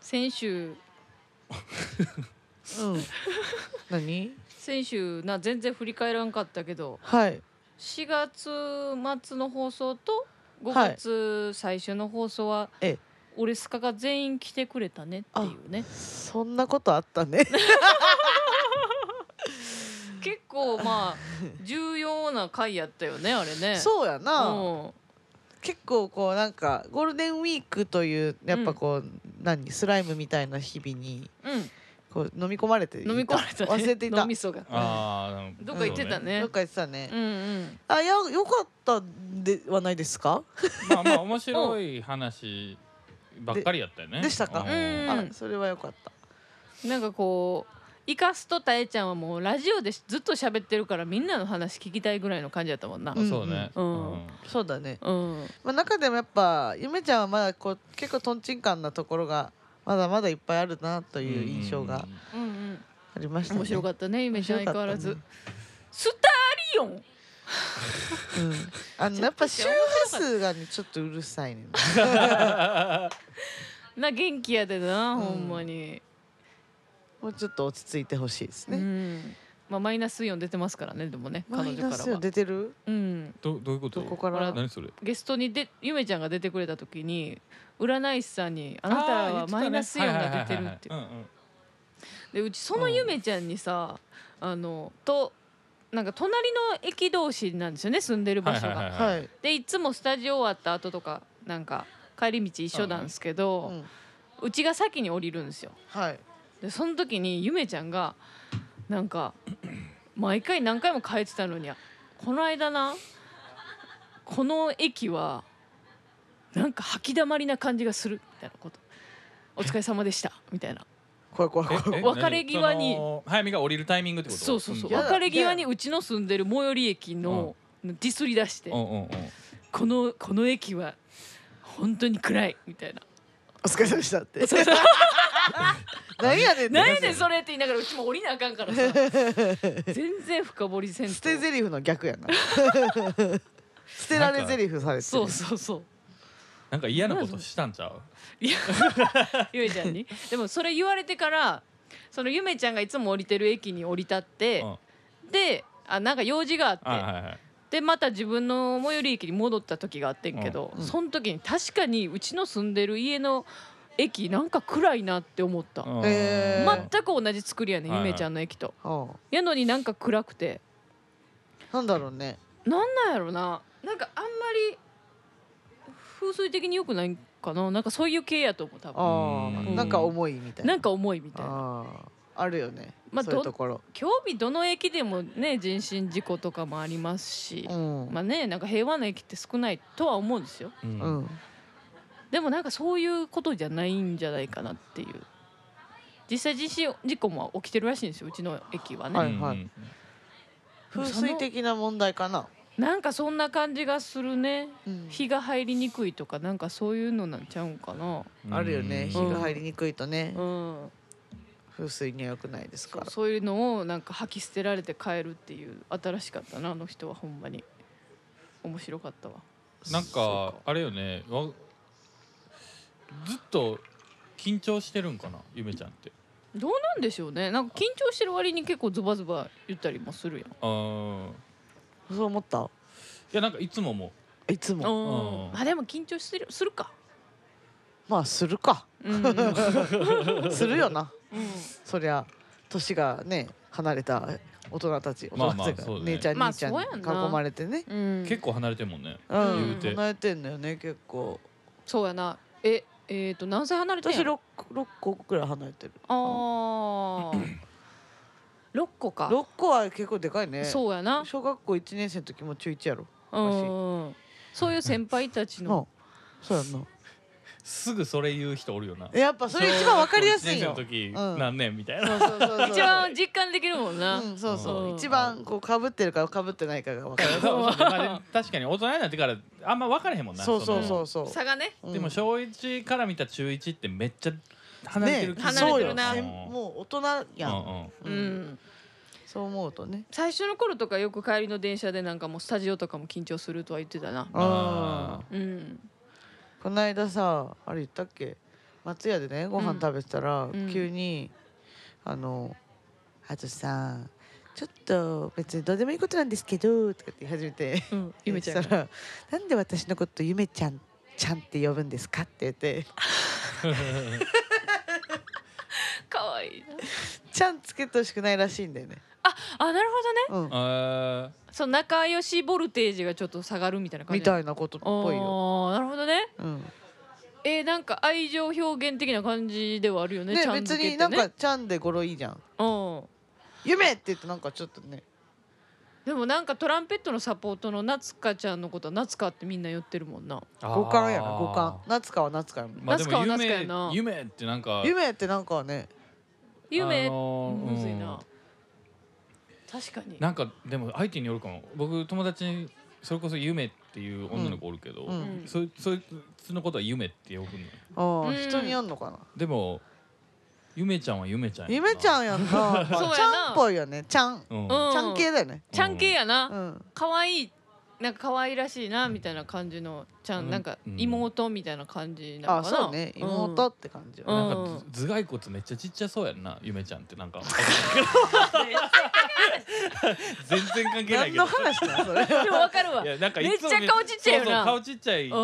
先週 うん。何？先週な全然振り返らんかったけどはい。 4月末の放送と5はい月最初の放送は、ええオレスカが全員来てくれたねっていうねそんなことあったね。結構まあ重要な回やったよねあれね。 そうやうな。ん結構こうなんかゴールデンウィークというやっぱこう、何スライムみたいな日々にうん、こう飲み込まれていた飲み込まれた、ね、忘れていた脳みそがああどっか行ってたねどっか言ってたね、うんうんあいやよかったではないですか、まあまあ面白い話ばっかりやったよねででしたかうんうんあそれはよかったなんかこうイカスとタエちゃんはもうラジオでずっと喋ってるからみんなの話聞きたいぐらいの感じだったもんなあそうねうんそうだね、うんまあ、中でもやっぱゆめちゃんはまだこう結構とんちんかんなところがまだまだいっぱいあるなとという印象がうんうんありましたね、面白かっったねゆめちゃん相変わらず、スターリオンた、うん、あのやっぱ周波数がねちょっとうるさいねんなな元気やでな、うんほんまに、もうちょっと落ち着いてほしいですうね、んまあ、マイナスイオン出てますからねでもねマ彼イ女ナかスらよは、出てるうん、どどういうことどこから何それゲストにでゆめちゃんが出てくれた時に占い師さんに「あなたはマイナスイオンが出てる」ってはいはいはいはいでうちそのゆめちゃんにさあのとなんか隣の駅同士なんですよね住んでる場所が。はいはいはいははいい、でいつもスタジオ終わった後とかなんか帰り道一緒なんですけうど、ん、うちが先に降りるんですよ。はいでその時にゆめちゃんがなんか 毎回何回も変えてたのにこの間なこの駅はなんか吐きだまりな感じがするみたいなこと「お疲れ様でした」みたいな怖い怖い怖いええ別れ際にその早見が降りるタイミングってことそうそうそういやだ別れ際にうちの住んでる最寄り駅のディスり出してうんうんうん「このこの駅は本当に暗い」みたいなお疲れ様でしたって 何やね「んって何やねんそれ」って言いながらうちも降りなあかんからさ全然深掘りせんと捨て台詞の逆 やな捨てられ台詞されてるそうそうそうなんか嫌なことしたんちゃういやゆめちゃんに でもそれ言われてからそのゆめちゃんがいつも降りてる駅に降り立って、であなんか用事があって、はいはいはいでまた自分の最寄り駅に戻った時があってんけど、うんその時に確かにうちの住んでる家の駅なんか暗いなって思った、うんえーま全く同じ作りやねんはいゆはいめちゃんの駅と、はあやのになんか暗くてなんだろうねなんなんやろななんかあんまり風水的に良くないんかななんかそういう系やと思う多分あうあんなんか重いみたいななんか重いみたいな。あああるよねまあそういうどところ今日日どの駅でもね人身事故とかもありますしう、んまあねなんか平和な駅って少ないとは思うんですようんうんでもなんかそういうことじゃないんじゃないかなっていう実際人身事故も起きてるらしいんですようちの駅はね、はいはいうん風水的な問題かななんかそんな感じがするねうん日が入りにくいとかなんかそういうのなんちゃうんかなうんあるよね火うんが入りにくいとねうん風水には良くないですそかうらそういうのをなんか吐き捨てられて帰るっていう新しかったなあの人はほんまに面白かったわなんそかあれよねわずっと緊張してるんかなゆめちゃんってどうなんでしょうねなんか緊張してる割に結構ズバズバ言ったりもするやんあーうかそう思ったいやなんかいつももいつもんあでも緊張するするか、まあするかうんうんうんするよなそりゃ年がね離れた大人たち大まあ人まあたちそうがね姉ちゃんまあ兄ちゃんそにうやんな囲まれてねうん 結構離れてるもんねううんん言うて離れてんのよね結構そうやなええー、と何歳離れてん私やろ六六個くらい離れてるあー6個か 六個は結構でかいねそうやな小学校一年生の時も中一やろうんそういう先輩たちなあのそうやんなすぐそれ言う人おるよなやっぱそれ一番わかりやすいよ小学校一年生の時、うん何年みたいなそうそうそうそう一番実感できるもんな、うんそうそううん一番こう被ってるか被ってないかがわかるそうそうまあで確かに大人になってからあんま分かれへんもんなそうそうのそうそう差がねうんでも小一から見た中一ってめっちゃ離れてるね気離がれすてるそうよるなせんうもう大人やんんうんう、うんんそう思うとね最初の頃とかよく帰りの電車でなんかもうスタジオとかも緊張するとは言ってたなああーあうんこの間さあれ言ったっけ松屋でねご飯食べてたら、ん急に「あのあとさちょっと別にどうでもいいことなんですけど」とかって言い始めてうん、ゆめちゃんそしがたら「なんで私のことゆめちゃんちゃんって呼ぶんですか?」って言って可愛いな「ちゃん」つけてほしくないらしいんだよね。あなるほどねうん、あその仲良しボルテージがちょっと下がるみたいな感じみたいなことっあぽいよ。ーなるほどねうん、えー、なんか愛情表現的な感じではあるよねねちゃん別付けっにてねなんか「ちゃん」で語呂いいじゃん。うん夢って言ってなんかちょっとねでもなんかトランペットのサポートの夏香ちゃんのことは夏香ってみんな言ってるもんなーあー五感やな五感夏川夏川やもんまあでも夏川夏川や夢な夢ってなんか夢ってなんかはね夢、あのーむずいな、うん確かになんかでも相手によるかも僕友達にそれこそ夢っていう女の子おるけど、うんうんそそいつのことは夢って呼ぶのよあーうん人によんのかなでも夢ちゃんは夢ちゃんやな夢ちゃんや んな、まあそうやなちゃんっぽいよねちゃん、うん、うんちゃん系だよねちゃん系やうなん可愛、いなんか可愛らしいなみたいな感じのちゃん、うんなんかうん妹みたいな感じなあのかなそうね妹 うんって感じようね、なんかず頭蓋骨めっちゃちっちゃそうやんな夢ちゃんってなんか 全然関係な何いけどの話だよそれでも分かるわいやなんかいめっつもちゃ顔ちっちゃいよなそうそう顔ちっちゃいし、う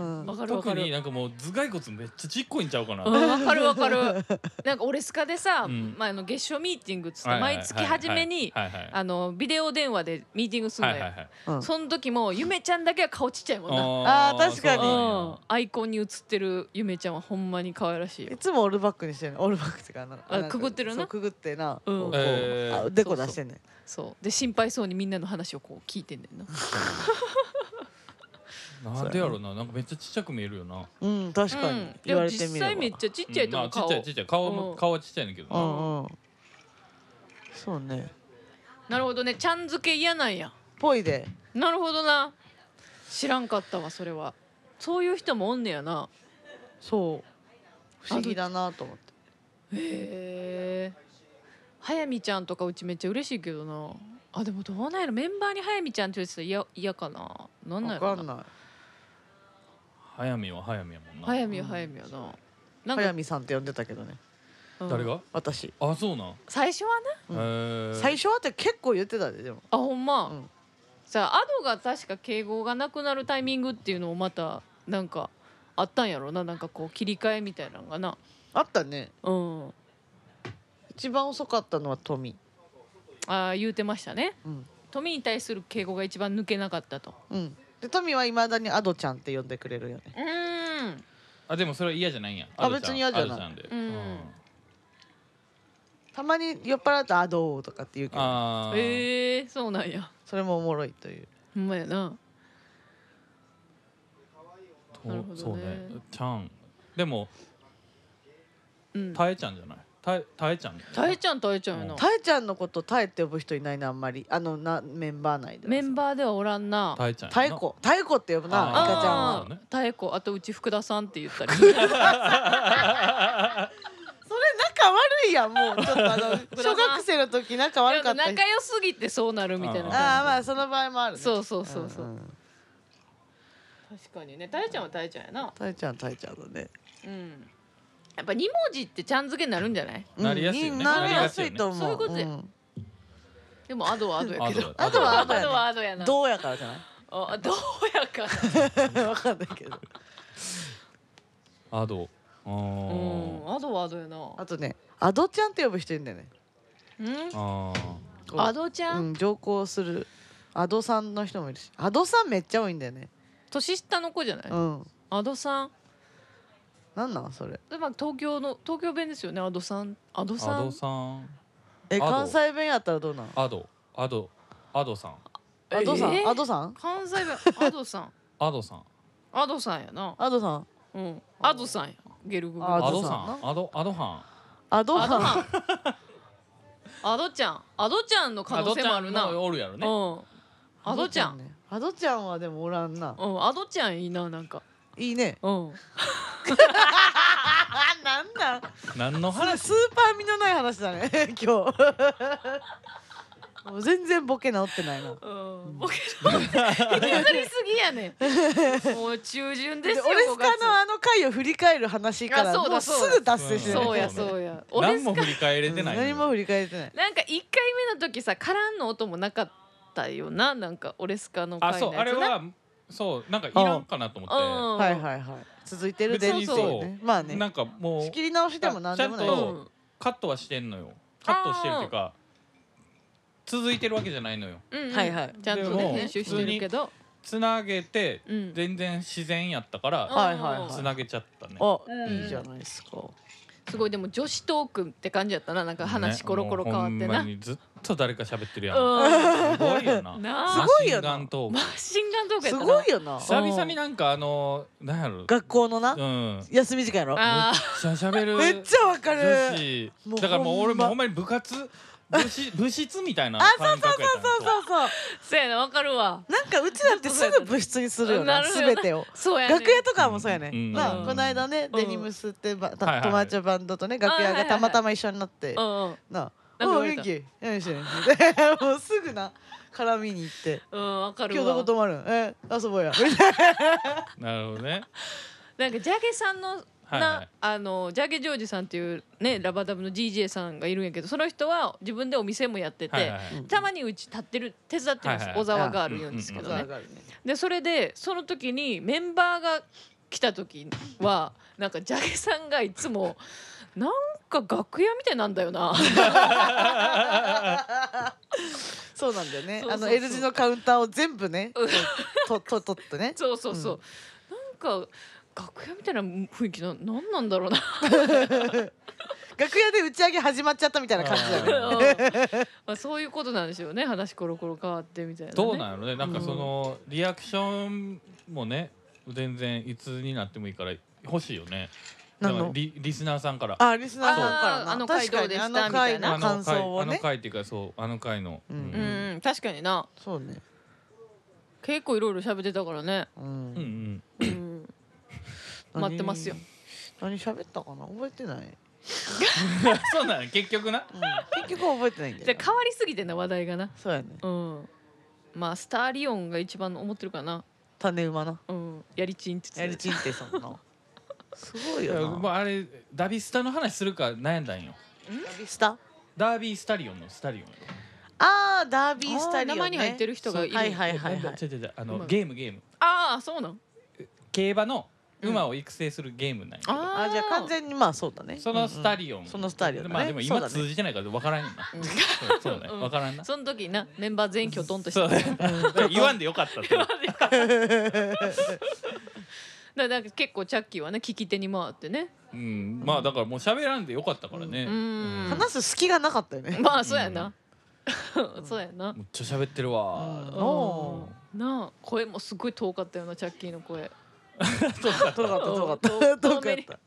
んわかるわか特るになんかもう頭蓋骨めっちゃちっこいんちゃうかな、うんわかるわかる なんか俺スカでさ、うんまあ、あの月賞ミーティングっつってはいはいはい毎月初めにはいはいあのビデオ電話でミーティングするはのいよ、はいはいうんその時もゆめちゃんだけは顔ちっちゃいもんなあー確かにそうなんうんアイコンに映ってるゆめちゃんはほんまに可愛らしいよいつもオールバックにしてるのオールバックってかなあなんかくぐってるなそうくぐってな、うんこうえーあでこ出してんねそうで心配そうにみんなの話をこう聞いてんねんなやなんでやろうななんかめっちゃちっちゃく見えるよなうん確かうにんで言わもれてみ実れば、際うん、めっちゃちっちゃいとうん思まあう顔、ちっちゃいちっちゃい顔うもん顔はちっちゃいねんだけどなうんそうねなるほどねちゃん付け嫌なんやぽいでなるほどな知らんかったわそれはそういう人もおんねやなそう不思議だなと思ってへえ早見ちゃんとかうちめっちゃ嬉しいけどなあでもどうなんやろメンバーに早見ちゃんって言ってたら嫌嫌かななんなんやわろかなんない早見は早見やもんな、早見は早見やななんか早見さんって呼んでたけどねうん誰が私、あそうなん、最初はなうんへー最初はって結構言ってたででもあほんま、うんさあアドが確か敬語がなくなるタイミングっていうのをまたなんかあったんやろななんかこう切り替えみたいなのがなあったねうん一番遅かったのは富あー言うてましたねうん、富に対する敬語が一番抜けなかったとうん、で富はいまだにアドちゃんって呼んでくれるよねうんあでもそれは嫌じゃないんやあドちゃん別に嫌じゃないアドちんで、うんたまに酔っ払うと「アドー」とかって言うけどあーえー、そうなんやそれもおもろいというほんまやなとなるほどねそうねちゃんでもうんたえちゃんじゃないたえたえちゃん耐えちゃん耐えちゃんやなたえちゃんのこと「たえ」って呼ぶ人いないなあんまりあのなメンバー内ではメンバーではおらんなたえちゃんや太な鼓太鼓って呼ぶなイあーカちゃんあはそうねあ妙子あとうち福田さんって言 ったりそれ仲悪いやんもうちょっと あの小学生の時仲悪かった人仲良すぎてそうなるみたいな感じああまあその場合もあるねそうそうそうそううんうん確かにねたえちゃんはたえちゃんやなたえちゃんたえちゃんだねうんやっぱ2文字ってちゃん付けになるんじゃないなりやすいよねうんなりやすいと思うなりやすいよねそういうことやんでもアドはアドやけどあとはアアドドやねはアドやなどうやからじゃないあどうやか わかんないけど。アドあうーんアドはアドやなあとね、アドちゃんって呼ぶ人いるんだよね。うんあーこうアドちゃうんん、上皇する。アドさんの人もいるし、アドさんめっちゃ多いんだよね。年下の子じゃないうん。アドさんなんなんそれ。でまあ東京の東京弁ですよねアドさんアドさアんドさんえ、アド関西弁やったらどうなん？アドアドアドさんアドさえん、ーアドさん、関西弁アドさんアドさんアドさんやなアドさん、うんアドさんやゲルググアアドドささんんアドアドハアドアドはハンアドちゃんアドちゃんのン可能性もあるなアドちゃんもおるやろうねんアドちゃんね。アドちゃんはでもおらんな。うんアドちゃんいいななんかいいね。うんあ、なんなん。何のそれ話 スーパー味のない話だね。今日。もう全然ボケ治ってないの。うん、ボケの引きずりすぎやねんもう中旬ですよオレ5ス月カのあの回を振り返る話からあそうだもうそうだすぐ達成してのるそうやそうねそうやオレ何スカも振り返れてないの何よ。も振り返ってない。なんか1回目の時さカランの音もなかったよななんかオレスカの回のやあ、つそう、あれなは、そう、なんかいらんかなと思っうんはいはいはい。続いてるでってい別にうね。まあて、なね。んかもう仕切り直しでもなんでもないううし。んんカットはしてんのよ。カットしてるっていうか、続いてるわけじゃないのよ。うんうんはいはいちゃんとでねも編集してるけどつなげて、うん全然自然やったから、はいはいはいつなげちゃったね。あ、うんいいじゃないですか。すごいでも女子トークって感じやったななんか話コロコロ変わってねもうほな、んまにずっと誰か喋ってるやん。 うすごいよな。んなあすごいよなマシンガントーマクシンガントークやっすたなごいよな。久々になんかあのなんやろ。学校のなう、ん。休み時間やろ。あーしゃしゃべ る。めっちゃわかる。女子もうだからもうほ俺んまもほんまに部活部 室部室みたいな感覚やったそうそうそう。そうやなわかるわなんかうちなんてすぐ部室にするよなな。るほすどなべてを。そうやね楽屋とかもそうやね。うんまうあんこの間ね、んデニムスってばはいはたい友達のバンドとね楽屋がたまたま一緒になってう、んうんな、なんかおう言元わ気、何してる？みたいな もうすぐな絡みに行って。うんわかる今日どこわ泊まるん？え、遊 ぼうや。みたいなるほどねなんかジャゲさんのはいはないあのジャゲジョージさんっていうねラバダブの DJ さんがいるんやけどその人は自分でお店もやってはいてはいはいたまにうち立ってる手伝ってるんですはいは小い沢ガール言うんですけうどな。ね上がるねでそれでその時にメンバーが来た時はなんかジャゲさんがいつもなんか楽屋みたいなんだよな そうなんだよねそう。そうそあうの L 字のカウンターを全部ね、とと取ってね。そうそうそう、なんか楽屋みたいな雰囲気ななんなんだろうな楽屋で打ち上げ始まっちゃったみたいな感じだよね。うん まあそういうことなんですよね話コロコロ変わってみたいな、ね、どうなんやろねなんかそのリアクションもね全然いつになってもいいから欲しいよねだ何かのらリリスナーさんからあ、リスナーさんからあーな。あの回どうでした確かにあの回みたいのな感回想をあのね。回っていうかそうあの回のうんうんうん確かになそうね。結構いろいろ喋ってたからね、う。うんうんん うん、待ってますよ何。何喋ったかな覚えてない。そうなんや結局なうん結局覚えてないんだでよな。変わりすぎてんな話題がなそうやね。うんまあスターリオンが一番思ってるかな種馬な。うんやりちんってや言っりてたちんってそ んな。すごいいやよまな。ああれダビスタの話するか悩んだんよダビスタ。ダービースタリオンのスタリオンあーダービースタリオあー名ンね。前に入ってる人がいるはいはいはいはいち。ょちょちょあうのんゲームゲームああそうなん競馬の馬を育成するゲームなんやけど、ああじゃあ完全にまあそうだね。そのスタリオン、うんうんそのスタリオンだね。まあでもそ今うだね通じてないから分からんよな、そうそうねうん分からんな、その時なメンバー全員きょとんとしてそうたね言わんでよかったってだから結構チャッキーはね聞き手に回ってねうんまあだからもう喋らんでよかったからね、うんうんめっ話す隙がなかったよね。 まあそうやな、 そうやな、ちゃ喋ってるわ、うんおなあ声もすごい遠かったよなチャッキーの声遠かった遠かった遠かったうん遠遠遠か目っにた。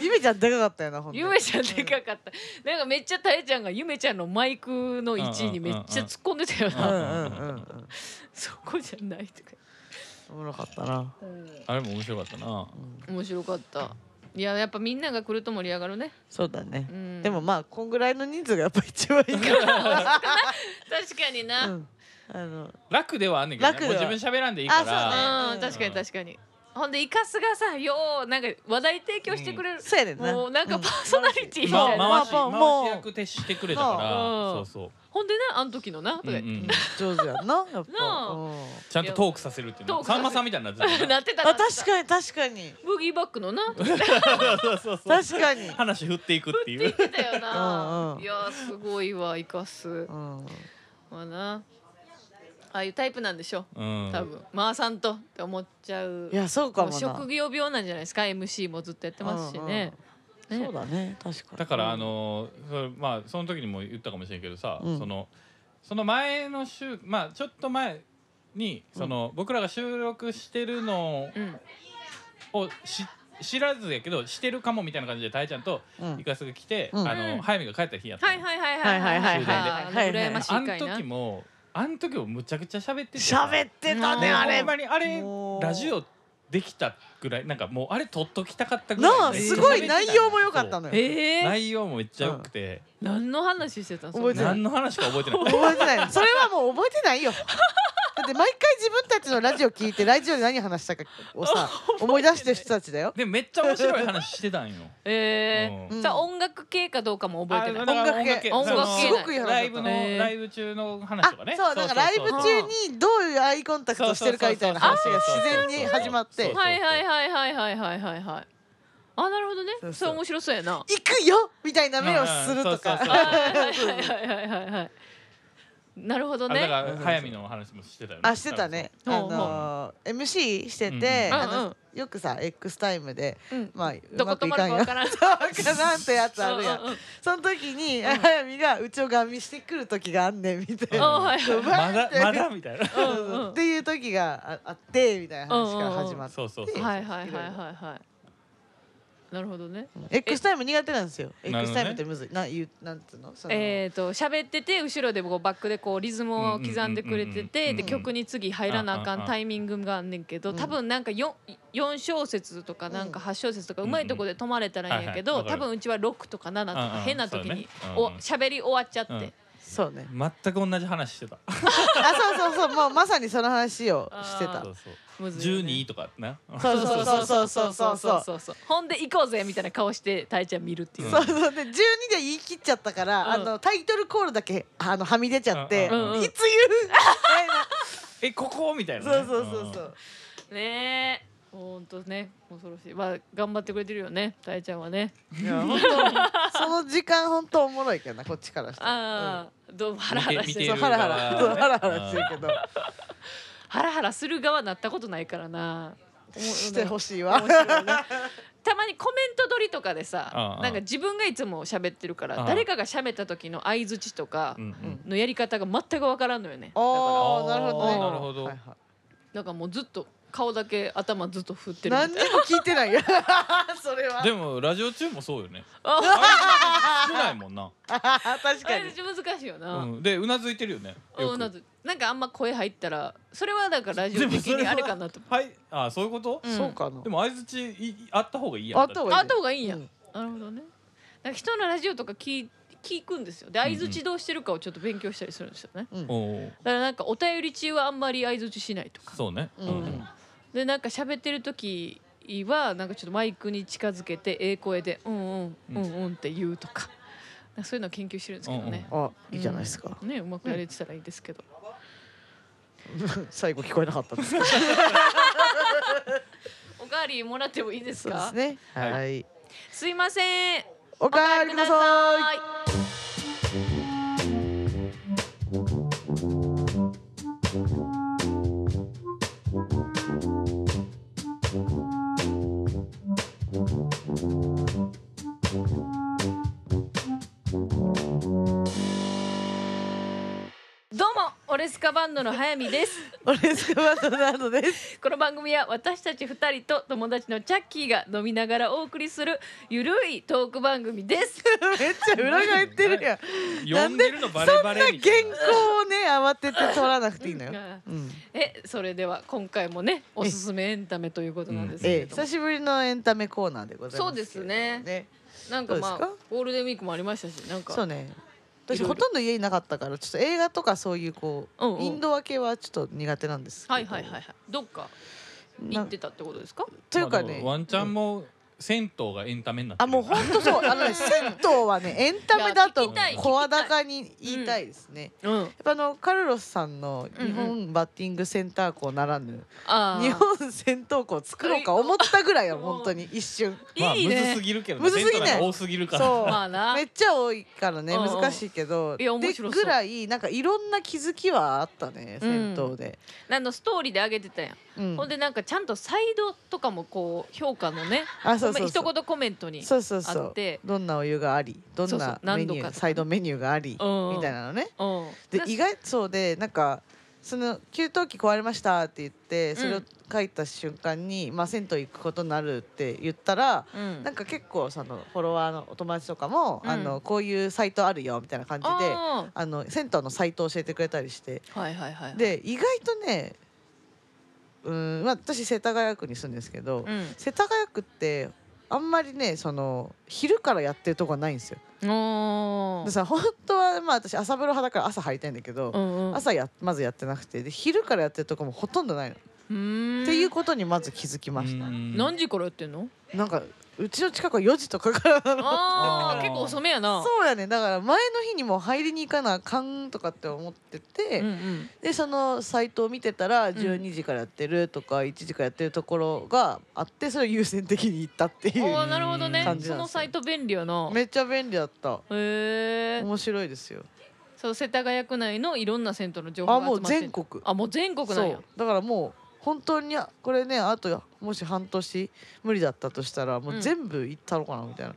ゆめちゃんでかかったよなほんとにゆめちゃんでかかったなんかめっちゃたえちゃんがゆめちゃんのマイクの位置にめっちゃ突っ込んでたようんうなんうんうん。そこじゃないとかおもろかったな。あれも面白かったな面白かったいややっぱみんなが来ると盛り上がるね、そうだねう。ん、でもまあこんぐらいの人数がやっぱ一番いいか確かにな、ら。ううんんあの楽ではあんねんけど、ね、楽もでうは自分喋らんでいいからあうん確かに確かにほんでイカスがさようなんか話題提供してくれる、そうやねんな。もうなんかうパーソナリティみまたいな、まあ回しまあ回まあし役徹してくれたから、うんそうほんでなあの時のなとそう、かうん言うって、上ん、手やんなやっ なあぱ。うんちゃんとトークさせるっていうトーのクさせさるんまさんみたいになって たなってたなあって確たかに確かにブギーバックのな言っそうそうそう確かに。話振っていくっていうてたよなうんうんいやすごいわイカスうん。まあなああいうタイプなんでしょうん多分回さんとって思っちゃういやそうかもな。職業病なんじゃないですか MC もずっとやってますしね,、うんうん。ねそうだね確かに。だからあのそれまあその時にも言ったかもしれんけどさ、うんそのその前の週まあちょっと前にその、僕らが収録してるのうんをし知らずやけどしてるかもみたいな感じでたえちゃんとうんイカスが来て、うんあの、うん早見が帰った日やったの、はいはいはいはいはいはいはいはい羨ましいあかのいな時もあの時もむちゃくちゃ喋っててさ喋ってたねうんあほれんまにあれもうラジオできたぐらいなんかもうあれ取っときたかったぐらいなあめっちゃすご喋いってた内容も良かったそうのよえー、内容もめっちゃ良くて、何の話してたん覚えてない何の話か覚えてない覚えてないそれはもう覚えてないよだって毎回自分たちのラジオ聞いてラジオで何話したかをさ 思い出してる人たちだよでめっちゃ面白い話してたんよ。えーうんじゃあ音楽系かどうかも 覚えてない、あ音楽系音楽系すごくいい話だったライブのへーライブ中の話あとかね。そうだからライブそう中にどういうアイコンタクトをしてるかみたいな話が自然に始まってそうそうはいはいはいはいはいはいはいはいあなるほどね そうそうそれ面白そうやな行くよみたいな目をするとうんうんそうそうそうか。はいはいはいはいはいはいなるほどあだかねら早見の話もしてたよね。あしてたね。うんあの MC してて、うんうんあのうんよくさ X タイムでうんまあうどこまく泊いまるかかんよ。わ からんわからんってやつあるやうんんうんうんその時にあやみがうちをガン見してくる時があんねんみたういんあな。はいはい わまーっだてまだみたいな。うんうんっていう時がああってみたいな話から始まって。そうそうそう。はいはいはいはいはいなるほどね X タイム苦手なんですよ。なる X ほどねタイムってむずい。な言うなんつうの？そのえー、と喋ってて後ろでこうバックでこうリズムを刻んでくれててうんうんうんうんで曲に次入らなあかうんうんんうんタイミングがあんねんけどうん多分なんか 4, 4小節とかなんか8小節とかうまいとこで止まれたらいいんやけうんうどんはいは多い分うちは6とか7とうんうかん変な時そうねにうんうおん喋り終わっちゃって、うんそうね。全く同じ話してた。あそうそうそうもうまさにその話をしてたそ。うそう。むずいよ十ね二とかな。そうそうそうそうそうそうそう。そうそうほんで行こうぜみたいな顔してたいちゃん見るっていう、うんそうそうで12で言い切っちゃったから、うんあのタイトルコールだけあのはみ出ちゃって、うんうんいつ言 えここみたいうなみたいね。なそうそうそうそうねえほんとね恐ろしいまあ頑張ってくれてるよねたいちゃんはねいや本当その時間本当おもろいけどなこっちからしたら。うんああ、どうもハラハラし見ててるそうハラハラそうハラハラしてるけどハラハラする側なったことないからな。してほしい。しいわ面白いねたまにコメント撮りとかでうんさう、んなんか自分がいつも喋ってるかうら、ん誰かが喋った時の相槌とかうんうん。のやり方が全くわからんのよね。だかああなるほどねあーなるほどはいはいらなんかもうずっと顔だけ頭ずっと振ってるみたい何にな。も聞いてないよそれはでもラジオ中もそうよ ね。ああれ少ないもんな。あー確あかれに難しいよな。うん。でうなずいてるよね。よくうんなんかなんかあんま声入ったら、それはだからラジオ的にあれかなと。はい。あそういうこと？んそうかなでも相槌いいあった方がいいやんあった方がいいあった方がいいんや。うんなるほどね。なんか人のラジオとか聞い聞くんですよ。で相槌どうしてるかをちょっと勉強したりするんですよね。おおだからなんかお便り中はあんまり相槌しないとかそうね、うんでなんか喋ってる時はなんかちょっとマイクに近づけてええ声で「うんうんうんうん」って言うとかなんかそういうのを研究してるんですけどね、あいいじゃないですか、ねうまくやれてたらいいですけど、最後聞こえなかったんですけどおかわりもらってもいいですそうでかすねは、はいいすいませんおおかかわえりりくだくだささいいどうもオレスカバンドの早見ですオレスカバトナードです。この番組は私たち二人と友達のチャッキーが飲みながらお送りするゆるいトーク番組です。 めっちゃ裏返ってるやん。呼んでるのバレバレ原みたいな稿をね慌てて取らなくていいのよ。うん、え、それでは今回もね、おすすめエンタメということなんですけええれども久、しぶりのエンタメコーナーでございますそうけれども。ですねねなんかまどうあですゴールデンウィークもありましたし、なんそうかね。い私ろいろほとんど家いなかったからちょっと映画とかそういうこう、うんうんインドア系はちょっと苦手なんですけどはいはいはいはい、どっか行なってたってことですか？というかね、まあでもワンちゃんも銭湯がエンタメになってあるもう本当そうあ のね銭湯はねエンタメだいやと聞きたい聞きたい声高に言いたいですね、うん。やっぱあのカルロスさんの日本バッティングセンター校ならぬ、ああ、日本戦闘校作ろうか思ったぐらいよ本当に一瞬まあいいむずねす。ぎるけどむずすぎない銭湯が多すぎるからそうまあなめっちゃ多いからねうんうん難しいけどいや面で白そうぐらいなんかいろんな気づきはあったねうん戦闘で、あのストーリーで上げてたやん。うんほんでなんかちゃんとサイドとかもこう評価のね、あそうそうそ一う言コメントに。そうそうそあうってどんなお湯がありどんそうそうなメ何度ニかとューかねサイドメニューがあり、うんうんみたいなのねうん。で意外そうでなんかその給湯器壊れましたって言ってそれを書いた瞬間に、まあ、銭湯行くことになるって言ったら、うんなんか結構そのフォロワーのお友達とかも、うんあのこういうサイトあるよみたいな感じでああーの銭湯のサイト教えてくれたりしてはいはいはいはい。で意外とねうん、まあ、私世田谷区に住んですけど、うん世田谷区ってあんまりねその昼からやってるとこがないんですよ。おーでさ本当はまあ私朝風呂派だから朝入りたいんだけど、うんうん朝やまずやってなくてで昼からやってるとこもほとんどないの、うーんっていうことにまず気づきました、何時からやってんのなんかうちの近くは4時とかからなのあああー結構遅めやなそうやねだから前の日にもう入りに行かなあかんとかって思ってて、うんうんでそのサイトを見てたら12時からやってるとか1時からやってるところがあってそれを優先的に行ったっていあうあなるほどね感じそなんのですよサイト便利やなめっちゃ便利だったへえ面白いですよそう世田谷区内のいろんな銭湯の情報あが集まもっうてん全国あもう全国なんやそうだからもう本当にあこれねあともし半年無理だったとしたらもうんう全部行ったろうかなみたいな、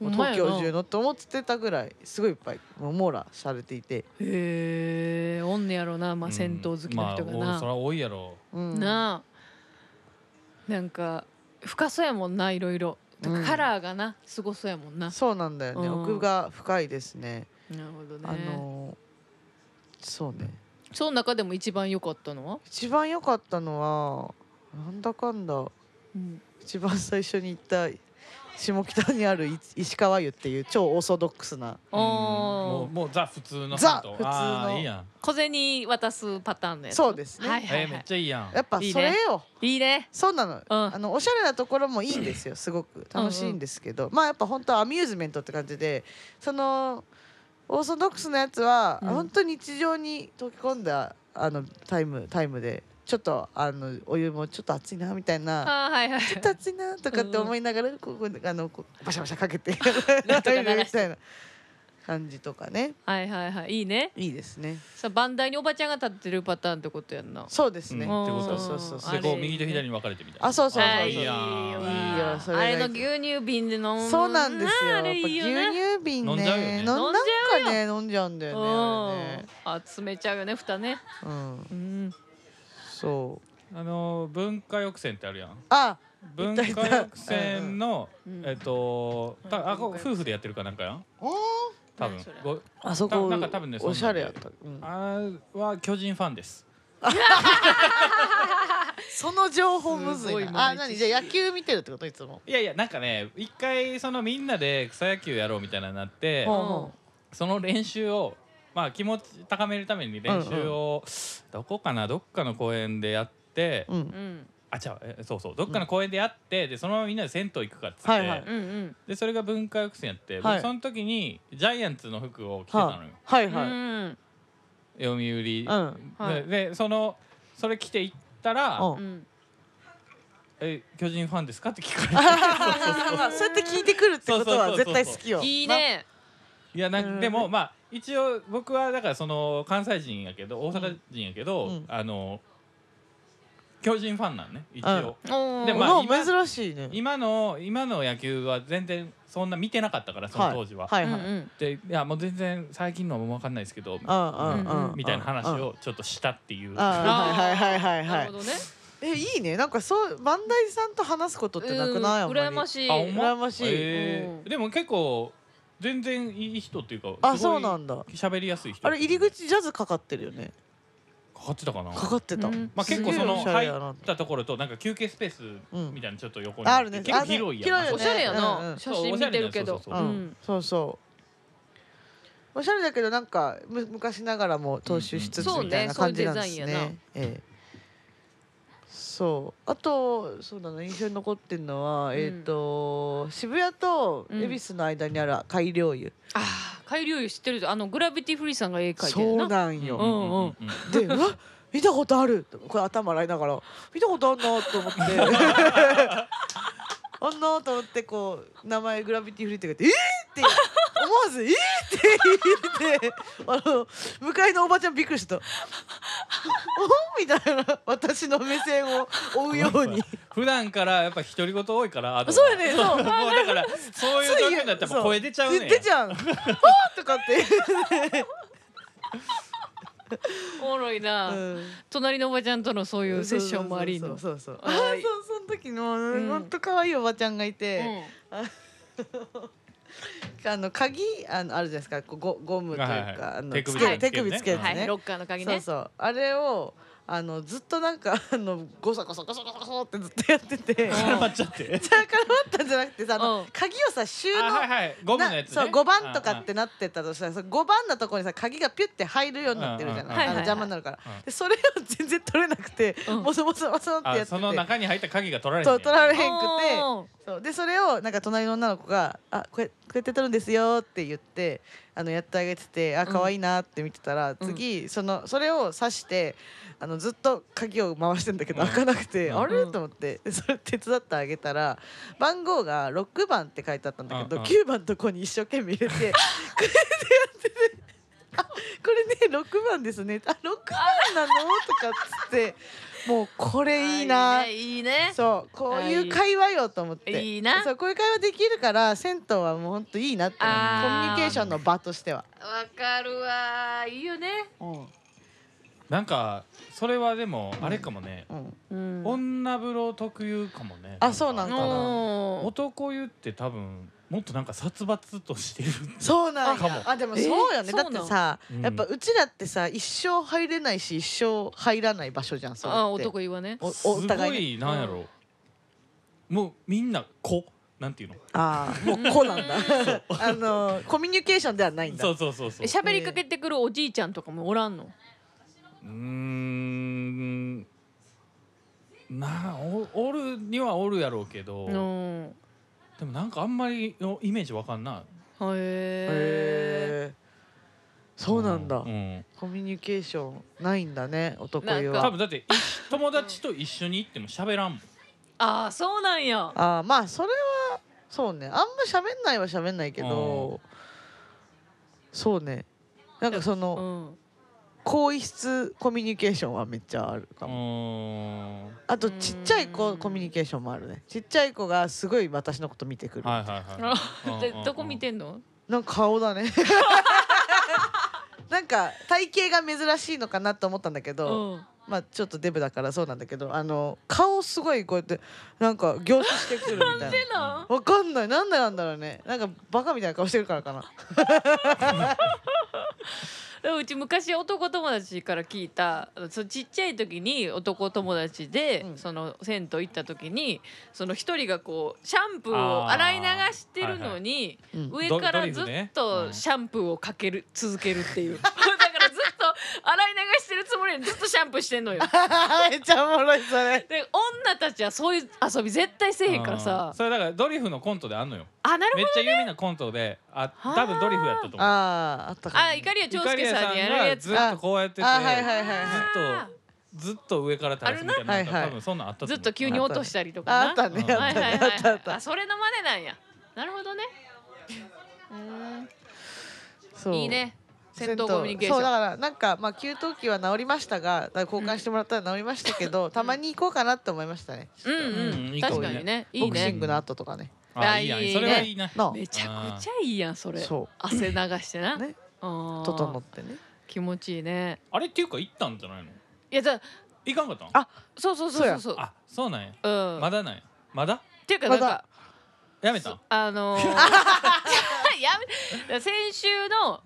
もうほんまや東な京中のと思ってたぐらいすごいいっぱいもう網羅されていて、へえおんねやろなまあ銭湯好きの人がまあおそなら多いやろうん、なあなんか深そうやもんないろいろだからうんカラーがなすごそうやもんなそうなんだよね、うん奥が深いですねなるほどあねのそうねその中でも一番良かったのは一番良かったのはなんだかんだうん一番最初に行った下北にあるい石川湯っていう超オーソドックスなうんもおうもうザ普通のザ銭普湯通のあーいいやん小銭渡すパターンのやつそうですねはいはえいーめはっちゃいいやんやっぱいいねそれよいいいねそうなの,、あのおしゃれなところもいいんですよすごく楽しいんですけど、まあやっぱ本当はアミューズメントって感じでそのオーソドックスなやつは、うん本当に日常に溶け込んだあのタイムタイムでちょっとあのお湯もちょっと熱いなみたいなあーはいはいちょっと暑いなとかって思いながら、ここあのこうバシャバシャかけて なんとかなら みしてたいな感じとかねはいはいはいいいねいいですねさ番台におばちゃんが立ってるパターンってことやんなそうですね、うんってことそうそうそうそうあでれこう右と左に分かれてみたいなあそうそうそうあーそういいよいいよそれあがいいれの牛乳瓶で飲むそうなんですよあれいいよねやっぱ牛乳瓶ね飲んじゃうよね飲んなんかね飲んじゃうんだうよねあれんねあ詰めちゃうよね蓋ねうんうんそうあのー文化浴船ってあるやんあ文化浴船のうんえっとたあこ夫婦でやってるかなんかやんおー多分何それごあそこなんか多分ねおしゃれやった、うんあーは巨人ファンですその情報むずすごいいなもうあ何じゃあ野球見てるってこといつもいやいやなんかね一回そのみんなで草野球やろうみたいなのになってほうほその練習をまあ気持ち高めるために練習をどこかなどっかの公園でやってうううんんあ違うえそうそうどっかの公園でやってでそのままみんなで銭湯行くかっつって、はいはいうんうんでそれが文化浴船やって、はい僕その時にジャイアンツの服を着てたのよ、はあはいはういんう読売、んで,、はいでそのそれ着て行ったらうんう、んえ巨人ファンですか?」って聞かれてそうそうそうまあ そうやって聞いてくるってことは絶対好きよ。いいねいやなんかうんでもまあ一応僕はだからその関西人やけど大阪人やけど、うんあの巨人ファンなんね一応、おーでな。まあもう今珍しいね。今の今の野球は全然そんな見てなかったからその当時は、はいうんはうい。んでいやもう全然最近のはもう分かんないですけどうんうんううんん。みたいな話うん。うんをちょっとしたっていう、はいはいはいなはるいほ。どねえいいねなんかそうバンダイさんと話すことってなくないあんうんまり。羨まい。しいあほんま羨ましいえーうんでも結構全然いい人っていうかあすごいそうなんだ喋りやすい人あれ入り口ジャズかかってるよね。かかってたかなかかってた。うんまあ、結構すそげえのおしゃ入れやなったところとなんか休憩スペースうんみたいなちょっと横にあるね。結構広いやんあねおしゃれやなうんうん写真見てるけどそうううんん、そうそう。おしゃれだけどなんかむ昔ながらも踏襲しつつうんうんみたいなそうね感じなんでそすういうね。デザインやなええそうあとそうだな印象に残ってるのは、んえっ、と渋谷とうん恵比寿の間にある改良湯、あー海流湯知ってるぞあのグラビティフリーさんが絵描いてそるうななんよ、うんうんでうわ見たことあるこれ頭洗いながら見たことあるなと思って あんなと思ってこう名前グラビティフリーって書いて「えー!」って思わず「えー!」って言ってあの向かいのおばちゃんびっくりした「おみたいな私の目線を追うように。普段からやっぱ独り言多いからあとはそうやねそう もうだからそういう時だったらもう声出ちゃうねん出ち ゃう。あーとかって。おもろいな、うん隣のおばちゃんとのそういうセッションもありそのうそうそうそう。あかわいいーそうその時のん本当可愛いおばちゃんがいて。うんあの鍵あのあるじゃないですかこうゴゴムというか、はいはいあの手手つ首首ける手首つけるやつね,、はい、ロッカーの鍵そねうそうあれをあのずっとなんか あのゴソゴソゴソゴソゴソってずっとやってて。うん絡まっちゃってじゃあ絡まったんじゃなくてさあうんの鍵をさ収あはい納はいゴムのやつ、ね、なそう5番とかってなってたとしたらその5番のところにさ鍵がピュッて入るようになってるじゃうんうなんうんいあの邪魔になるからでそれを全然取れなくてうんボソボソボソってあやあっててその中に入った鍵が取られてそう取られへんくておーそうでそれをなんか隣の女の子が「あこれこうやって撮るんですよ」って言ってあのやってあげてて「あうん可愛いな」って見てたら、次そのそれを刺してあのずっと鍵を回してんだけど、うん開かなくて「うんあれ?」うんと思ってでそれ手伝ってあげたら番号が6番って書いてあったんだけど、うんうん9番のとこに一生懸命入れてこれでやってて。あこれね6番ですねあ6番なのとかっつってもうこれいいなーっあーいいねいいねそうこういう会話よと思っていいなそうこういう会話できるから銭湯はもうほんといいなってコミあーュニケーションの場としては、わかるわーいいよねうんなんかそれはでもあれかもね、うん、うん女風呂特有かもねあそうなんかなおー男湯って多分もっとなんか殺伐としてるそうなんかやもあでもそうよね、えーだってさ、そうなんやっぱうちらってさ一生入れないし一生入らない場所じゃんそうやってあ男言わねおおすご互いねいなんやろうもうみんな子なんていうのああもう子なんだ あのコミュニケーションではないんだそうそうそうそえうう喋りかけてくるおじいちゃんとかもおらんのーんなあおおるにはおるやろうけどうんへでもなんかあんまりのイメージわかんないえへえそうなんだ、うんコミュニケーションないんだね男湯なん多は分だってい友達と一緒に行っても喋らんもんああそうなんやあーまあそれはそうねあんま喋んないは喋んないけど、そうねなんかそのうん更衣室コミュニケーションはめっちゃあるかうも、ーんはいあとちっちゃい子コミュニケーションもあるねちっちゃい子がすごい私のこと見てくる、はいはいあうんでうんうんどこ見てんのなんか顔だねなんか体型が珍しいのかなと思ったんだけうど、んまあちょっとデブだからそうなんだけどあの顔すごいこうやってなんか凝視してくるみたいなでなわかんない。なんでなんだろうね。なんかバカみたいな顔してるからかな。でもうち昔男友達から聞いたあのそうちっちゃい時に男友達で、うんその銭湯行った時にその一人がこうシャンプーを洗い流してるのに、あーはいは上かドドらリずっフねうとんシャンプーをかける続けるっていうだからずっと洗い流してるつもりでずっとシャンプーしてんのよ。 めっちゃおもろいそれ。で女たちはそういう遊び絶対せえへんからうさんそれだからドリフのコントであんのよあなるほめっどちゃ有名なコントであはあ多分ドリフやったと思うあああったかもあ怒りや長ゆかり介やさんにやるやつさんがずっとこうやっててあはいはいはいあーはずっと上から垂らすみたいなあなるんなかはいはい多分そんなんあったずっ思うと急に落としたりとかあなあったねうんあはっいはいたはねいあったあ っあた。それの真似なんやなるほどねそういい。ね戦闘コミュニケーシそうだョンからなんかまあ給湯器は治りましたが、だから交換してもらったら治りましたけど、たまに行こうかなって思いましたね。うんううんんいいかも確かにねいボいクシねングの後とかね。あいいやあいんいそれはいいなのめちゃくちゃいいやんそれそう汗流してなねあー整ってね。気持ちいいねあれっていうか行ったんじゃないのいやじゃあ行かんかったんあそうそうそうそうそうあそうなんやうんまだなんやまだっていうかなんまかだやめたんあのー やめ先週の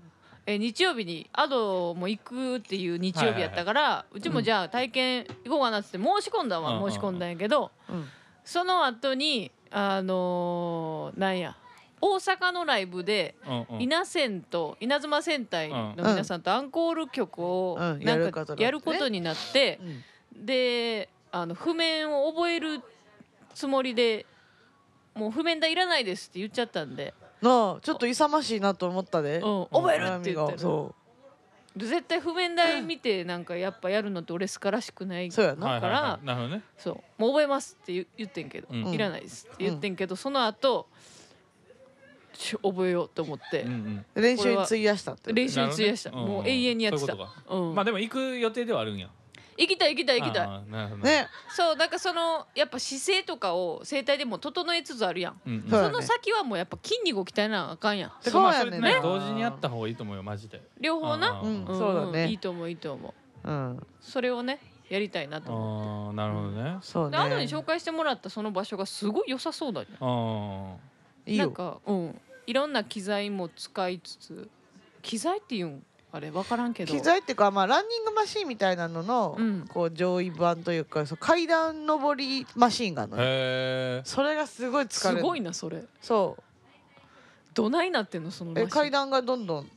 えー日曜日にアドも行くっていう日曜日やったから、うちもじゃあ体験行こうかなっつって申し込んだうんうんわうん申し込んだんやけどうん。その後にあのーなんや大阪のライブでうんうん稲線と稲妻戦隊の皆さんとアンコール曲をうんうんなんやるかことになってねやることになってうんであの譜面を覚えるつもりでもう譜面台いらないですって言っちゃったんで。なあちょっと勇ましいなと思ったで。うん覚えるって言って悩みるがそ絶対譜面台見てなんかやっぱやるのって俺すからしくないうそうやな。はいはいだかはらいなるほどねそうもう覚えますって言言ってんけど、うんいらないですって言ってんけど、その後ちょ覚えようと思って、うん練習に費やしたってこと。練習に費やした、なるほどねもううんうん永遠にやってたそういうこううんんまあでも行く予定ではあるんや行きたい行きたい行きたいあーなるほどねね。そうなんかそのやっぱ姿勢とかを整体でも整えつつあるやん、うんうんそうそだねの先はもうやっぱ筋肉を鍛えなあかんやんてかまあそうそやねれんなね同時にやった方がいいと思うよマジで両方な、あーうんそうだねいいと思ういいと思ううん。それをねやりたいなと思うああなるほどねそうでね。アドに紹介してもらったその場所がすごい良さそうだねあいいなよん。かうんいろんな機材も使いつつ機材っていうんあれ分からんけど機材っていうか、まあ、ランニングマシーンみたいなのの、うんこう上位版というかそう階段上りマシーンがあるのよへえそれがすごい疲すれるごいなそれそうどないなってんのそのマシえン階段がどんどん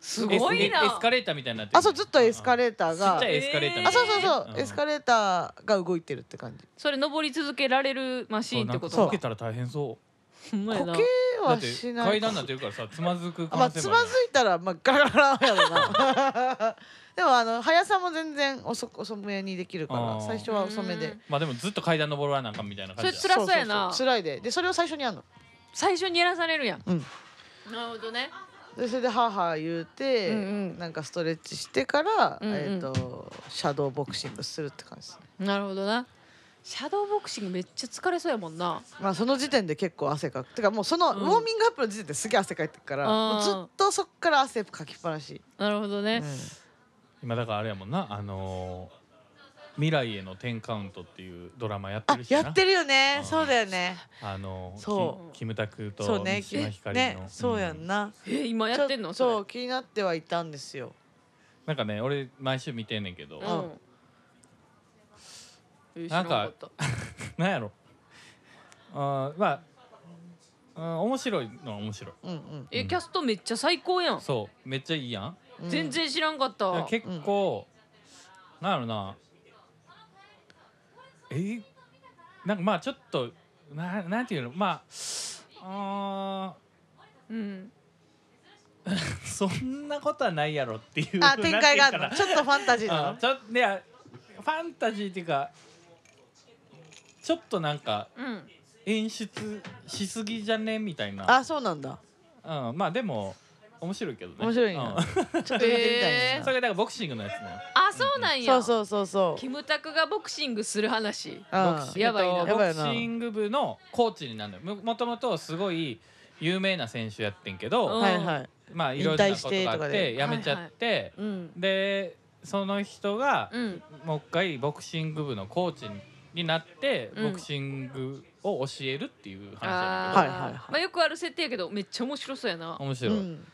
すごいなエスカレーターみたいになってるあそうずっとエスカレーターちっがちゃいエスカレータえーみあたいそうなそうそう、うんエスカレーターが動いてるって感じそれ登り続けられるマシーンってことそうなかんかこけたら大変そほんまやこなけうだっはてしない階段になってるからさつまずくあ可まあ能性つもあまるずいたらまあガラガラやろな でもあの速さも全然遅遅めにできるかあらー最初は遅めでうんまあでもずっと階段登らなあかんみたいな感じそだれ辛そうやな辛いででそれを最初にやるの最初にやらされるやんうんなるほどねでそれで母言うて、うんうんなんかストレッチしてから、うんうんえっ、とシャドーボクシングするって感じですねなるほどなシャドーボクシングめっちゃ疲れそうやもんなまあその時点で結構汗かくてかもうそのうウんォーミングアップの時点ですげえ汗かいてるから、あーもうずっとそっから汗かきっぱなし、なるほどうねん、今だからあれやもんなあのー未来への10カウントっていうドラマやってあるしなやってるよねあーそうだよねあのそキキムタクとそうね三島ひかりの、ねそうやんんな、え今やってんのちょそうれ気になってはいたんですよなんかね俺毎週見てんねんけど、ううんえなん知らかったなんやろあーまああー面白いのは面白いうん うん、えうんキャストめっちゃ最高やんそうめっちゃいいやんうん、全然知らんかっただからわ結構、なんやろなえーなんかまあちょっとななんていうのまああうんーそんなことはないやろっていうあ展開があるなんのちてょっとファンタジいーうかななあーちょいやファンタジーっていうかちょっとなんかうん演出しすぎじゃねみたいなのあそうなんだうん、まあでも面白いけどね面白いうんやそちょっと見てみたえいーな、れがだからボクシングのやつねあそうなんやそうそうそうそうキムタクがボクシングする話うんボクシやばいなえっとやばいボなクシング部のコーチになるのよももともとすごい有名な選手やってんけど、うんはいはいまあいろんなこと引退してがとあかっでて辞めちゃって、うんでその人がうんもう一回ボクシング部のコーチになってうんボクシングを教えるっていう話あやーねんけはいはいはいまあよくある設定やけどめっちゃ面白そうやなど、面う白い、ん、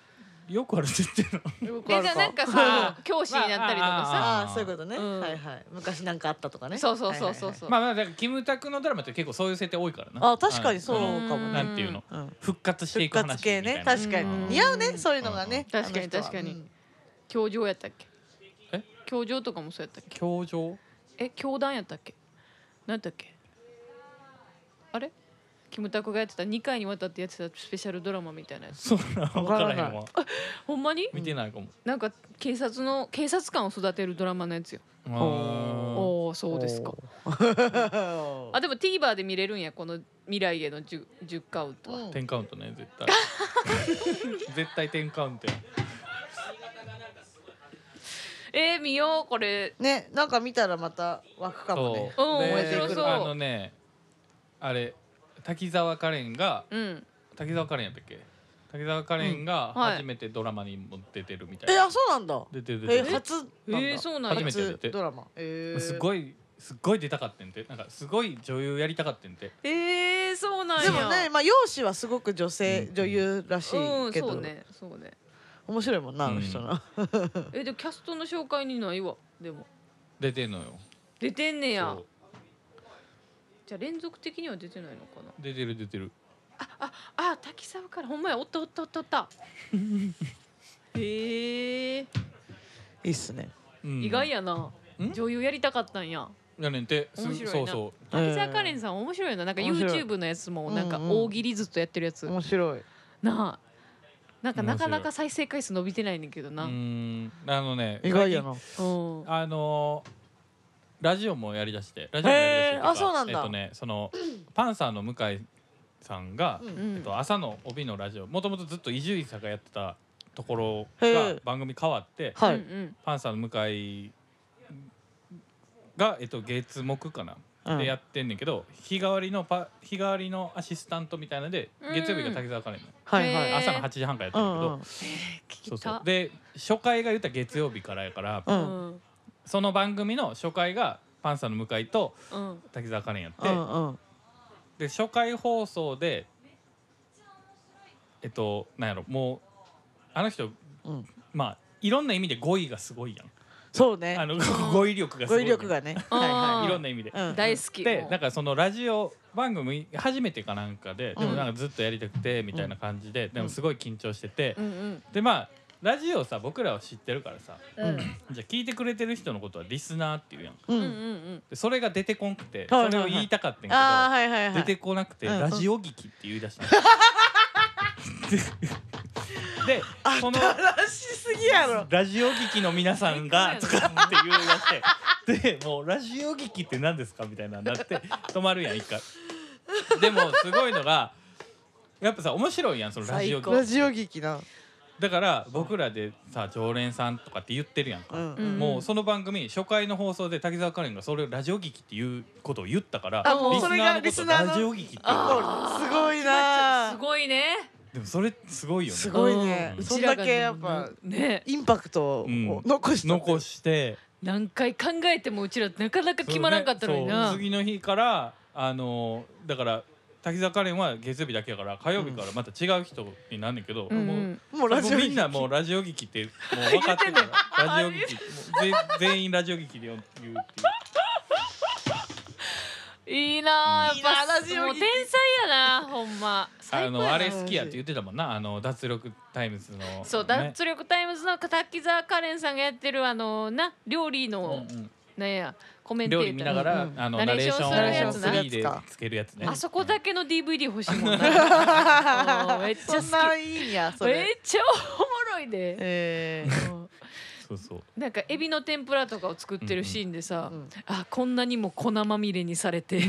よくある設定なのよくあえるじゃあなんかあさ ー教師になったりとかああーあそういうことね、うんはいはい昔なんかあったとかねさそうそうそうそうはいそうまあまあだからキムタクのドラマって結構そういう設定多いからなあ確かにそううんかもねなんていうのうん復活してい復く話活系ねみたいな確かにうん似合うねそういうのがねうん確かにあの人は確かにうん教場やったっけえ教場とかもそうやったっけ教場え教団やったっけなんだっけあれキムタクがやってた2回にわたってやってたスペシャルドラマみたいなやつそんな分からへわからんないわほんまに見てないかも、なんか警察の警察官を育てるドラマのやつよあおおそうですか あでも TVer で見れるんやこの未来への 10, 10カウントは、うんー10カウントね絶 対絶対10カウントやえー、見ようこれねなんか見たらまた湧くかもねううんで面白そうあのねあれ滝沢カレンがうん滝沢カレンやったっけ滝沢カレンがうんはい初めてドラマにも出てるみたいえな、あそうなんだ出てる出えてる初なんだえーそうなんや初めて出て初ドラマえーすごいすっごい出たかってんてなんかすごい女優やりたかってんてえー、そうなんやでもねまあ容姿はすごく女性うん女優らしういんけそうどねそうね面白いもんなあの人なえでもキャストの紹介にないわでも出てんのよ出てんねやそうじゃあ連続的には出てないのかな出てる出てるああ滝沢からほんまやおったおったおったおったへえいいっすねうん意外やな、うん女優やりたかったんややねんてす面白いなそうそ滝沢カレンさん面白いよななんか面白い YouTube のやつもなんかうんうん大喜利ずっとやってるやつ、面白いなあなんかなかな面白か再生回数伸びてないねんけどうな、ううんんあのね意外やなうんあのーラジオもやりだしてラジオもやりへーだしてとかあそうなんだえっとねその パンサーの向井さんが、うんえっと、朝の帯のラジオもともとずっと伊集院さんがやってたところへがー番組変わってはういんパンサーの向井が、えっと、月木かな、うんでやってんねんけど日替わりのパ日替わりのアシスタントみたいなのでうん月曜日が滝沢カレンなの、はいはへーい朝の8時半からやってうるけど、んうん聞そうきそうたで初回が言ったら月曜日からやから、ううんんその番組の初回がパンサーの向井とうん滝沢カレンやって、うんうんで初回放送でえっとなんやろもうあの人うんまあいろんな意味で語彙がすごいやんそうあねの 語彙力がす語ごい彙力がねあーはいはいろんな意味でい、うん、大好きでもうなんかそのラジオ番組初めてかなんかででもうんなんかずっとやりたくてみたいな感じで、でもすごい緊張してて、うんうんでまあラジオさ僕らは知ってるからさうんうんじゃあ聞いてくれてる人のことはリスナーっていうやんううんんでそれが出てこんくてはいそはいはいれを言いたかったんけど、ああはいはいはい出てこなくて、うんラジオ劇って言い 出したのでその新しすぎやろラジオ劇の皆さんがと最高かやって 言い出してでもうラジオ劇って何ですかみたいなになって止まるやん一回でもすごいのがやっぱさ面白いやんそのラジオ劇最高ラジオ劇なだから僕らでさ常連さんとかって言ってるやんか、うん、うんもうその番組初回の放送で滝沢カレンがそれをラジオ劇っていうことを言ったからあもうそれがリリススナナーのーのことをラジオ劇って言うあーすごいななすごいねでもそれすごいよねすごいね、うんそんだけやっうぱちらがねインパクトをうん残したって残して何回考えてもうちらなかなか決まらんかったのにそなう次の日からあのーだから滝沢カレンは月曜日だけやから火曜日からまた違う人になんねんけど、うんうもうんもうラジオもうみんなもうラジオ劇ってもう分かってるからラジオ言っ劇もうぜ 全員ラジオ劇で言うっていういいなあいやいっなあぱラジオもう聞い天て才やなほんま最高あやのなあれ好きやって言ってたもんなあの脱力タイムズの、ね、そう脱力タイムズの滝沢カレンさんがやってるあのな料理のうんうんなんやコメンテータ料ー理見ながら、うんあのナナレレーーシショョンンをするやつな3でつけるやつねあそこだけの DVD 欲しいもんなおーめっちそゃんな好いいんやき そめっれちゃおもろいでえーうんそうそうなんかエビの天ぷらとかを作ってるシーンでさ、うんうんあこんなにも粉まみれにされ て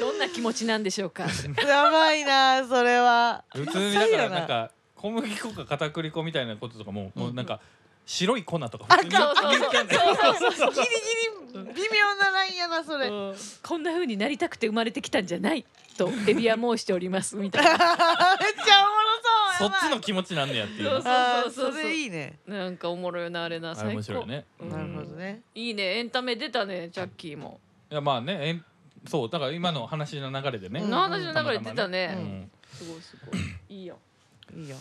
どんな気持ちなんでしょうかやばいなそれは普通に天だからなん才やか小麦粉か片栗粉みたいなこととかも、もうなんか白い粉とかあ普通にそうそうそうそうそうそうギリギリ微妙なラインやなそれ うんこんな風になりたくて生まれてきたんじゃないとエビは申しておりますみたいなめっちゃおそもろそうやっばいちの気持ちなんねやっていうのそうあそーうそうそうそれいいねなんかおもろいよなあれなあ最れ高面白いね、うんなるほどねいいねエンタメ出たねジャッキーも、いやまあねえんそうだから今の話の流れでね、うこんの話の流れ出たねううんんすごいすごいいいよいいよ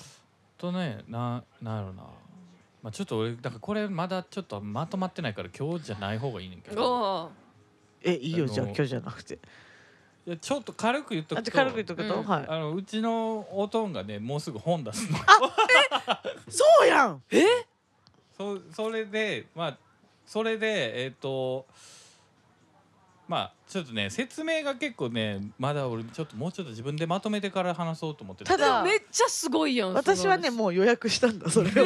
とねななんやろなまあちょっと俺だからこれまだちょっとまとまってないから今日じゃない方がいいねんけどおーえいいよあのじゃあ今日じゃなくていやちょっと軽く言っとあくじとゃあ軽く言っとくと、うんはい あのうちのおとんがねもうすぐ本出すのそうやんえそそれでまあそれでえっ、とまあちょっとね説明が結構ねまだ俺ちょっともうちょっと自分でまとめてから話そうと思ってただめっちゃすごいやん私はねその話もう予約したんだそれを、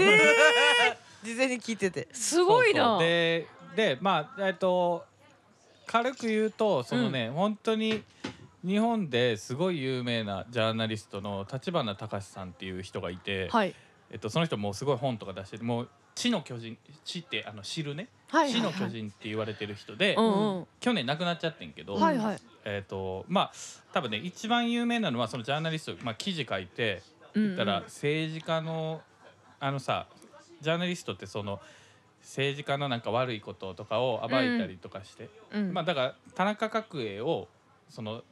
事前に聞いててすごいそうそなうででまあえっ、と軽く言うとそのね、本当に日本ですごい有名なジャーナリストの立花隆さんっていう人がいて、はいえっと、その人もうすごい本とか出しててもう「知の巨人」「知」ってあの知るね「はい知の巨はい人」って言われてる人で、うんうん去年亡くなっちゃってんけど、はいはいえっ、とまあ多分ね一番有名なのはそのジャーナリスト、まあ、記事書いて言ったらうんうん政治家のあのさジャーナリストってその政治家のなんか悪いこととかを暴いたりとかして、うんまあだから田中角栄をその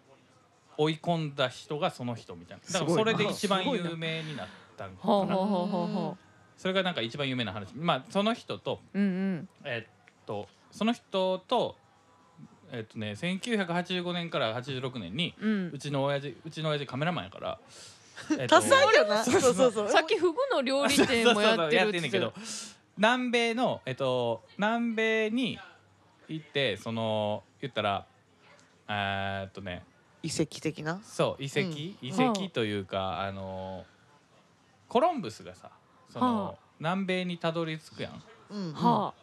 追い込んだ人がその人みたいなだからすごそいなれで一番すごいな有名になったんかほうほなうほうほうほそれがなんか一番有名な話まあその人とううんえっとその人とえっとね1985年から86年にうんうんうちの親父うちの親父カメラマン やから、えっと多彩よなそうそうそうさっきフグの料理店もやってるそうそうそうやってんねんけど南米のえっと南米に行ってその言ったらえーっとね遺跡的なそう遺跡、うん遺は跡あというかあのコロンブスがさその、はあ南米にたどり着くやんうんうんは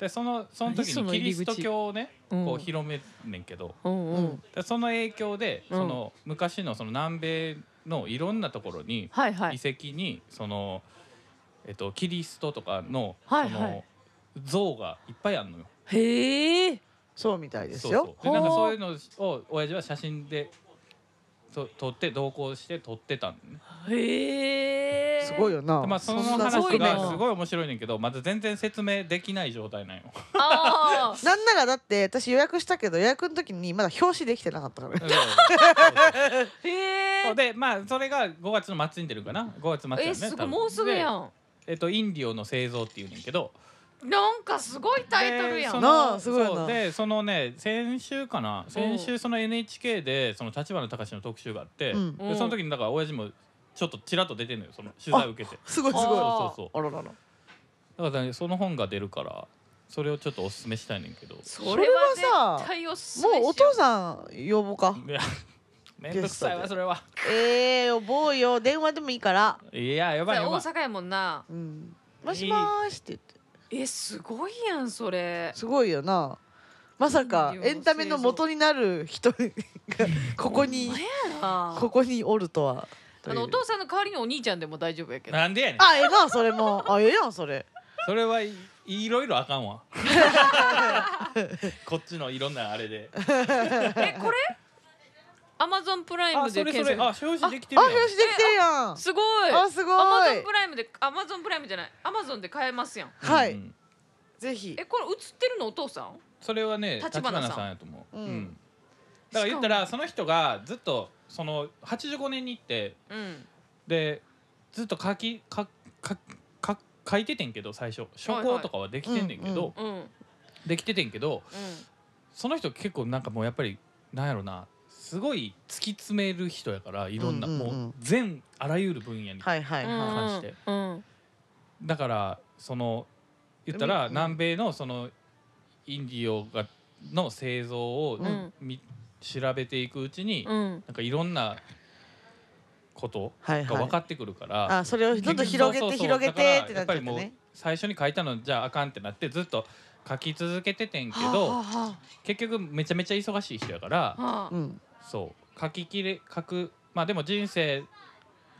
でそのその何時そにのキ入リりス口ト教をねあうんこう広めんねんけど、うんううんんでその影響でうんその、昔のその南米のいろんなところにはいはい遺跡にその、えっと、キリストとかの,、はいそはのい像がいっぱいあるのよ。へえそうみたいですそうよそうでなんかほそうういうのを親父は写真でと撮って同行して撮ってたんだねへえすごいよな。でまあそのんな話すごいながすごい面白いねんけどまだ全然説明できない 状態なんよあーなんならだって私予約したけど予約の時にまだ表紙できてなかったからね。そうそうそうへそえうでまあそれが5月の末に出るかな5月末やねえすごい多分もうすぐやんでえっとインディオの製造っていうねんけどなんかすごいタイトルやでそんのなあすごいなそうでそのね先週かな先週その NHK でその立花隆の特集があって、うんでその時にだから親父もちょっとちらっと出てんのよその取材を受けてすごいすそうごい。あそうそうあららら。だから、ね、その本が出るからそれをちょっとおすすめしたいねんけどそれはそれはさ絶対おすすめしよもうお父さん呼ぼうか。いやめんどくさいわそれはええ呼ぼうよ電話でもいいから。いややばいやば大い阪やもんなうん。もしもーしって言って。えすごいやんそれすごいよな。まさかインディオのエンタメの元になる人がここにあここにおるとは。とあいうのお父さんの代わりにお兄ちゃんでも大丈夫やけ どなんでやねんあええなそれも。あええやんそれ。それはい、いろいろあか んわこっちのいろんなあれでえこれアマゾンプライあムでそれそ検れあ索表紙できてるあやん表紙できてるやん。すごいあすごいアマゾンプライムでアマゾンプライムじゃないアマゾンで買えますやんはういんぜひえ。これ映ってるのお父さんそれはね橘さん橘さんやと思う、うんうんだから言ったらその人がずっとその85年に行ってうんでずっと書きかかか書いててんけど最初書はいは稿いとかはできてんねんけど、うんうんうんうんできててんけどその人結構なんかもうやっぱりなんやろなすごい突き詰める人やからいろんな、うんうんうんもう全あらゆる分野に、はいはいうんは関してうんだからその言ったらうん南米のそのインディオがの製造をうんみ、調べていくうちに、うんなんかいろんなことい。はいが分かはい。ってくるから、あそれをどんどん広げそうそてうそう広げだからてってなやっちっぱゃっりてもうね。最初に書いたのじゃああかんってなってずっと書き続けててんけはどあは結局めちゃめちゃ忙しい人やからあはあうん。そう書ききれ書くまあでも人生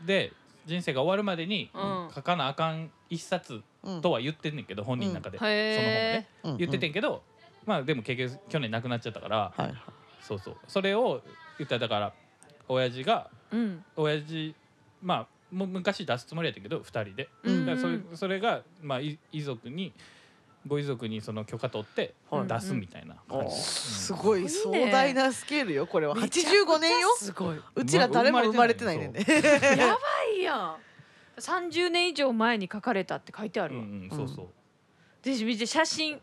で人生が終わるまでにうん書かなあかん一冊うんとは言ってんねんけど本人の中で、その本をへねうん言っててんけど、まあでも結局去年亡くなっちゃったからはいはい。そうそうそれを言ったらだから親父がえうん親父まあもう昔出すつもりやったけど2人で。うんだからそれそれが、まあ、い遺族にご遺族にその許可取ってはい出すみたいなお感じ、すいごい壮大なスケールよこれは85年よすごい。やうちら誰も生まれてないねんでばいやん。三十年以上前に書かれたって書いてあうるわ。んうん、そうそう、で見て写真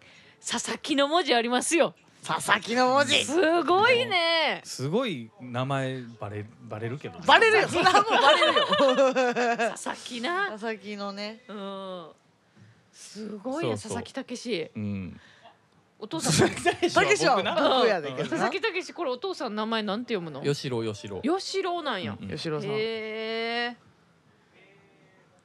佐々木の文字ありますよ。佐々木の文字すごいね。すごい名前バレバレるけど、ねバレるよそれはもうバレるよ 佐々木な。佐々木の ねうん。すごいねそう佐そう々木武志。うんお父さん。たけしは僕な僕やねんけ佐どな々木武志これお父さんの名前なんて読むの？よしろよしろ吉郎なんや。うん吉郎さんへえ。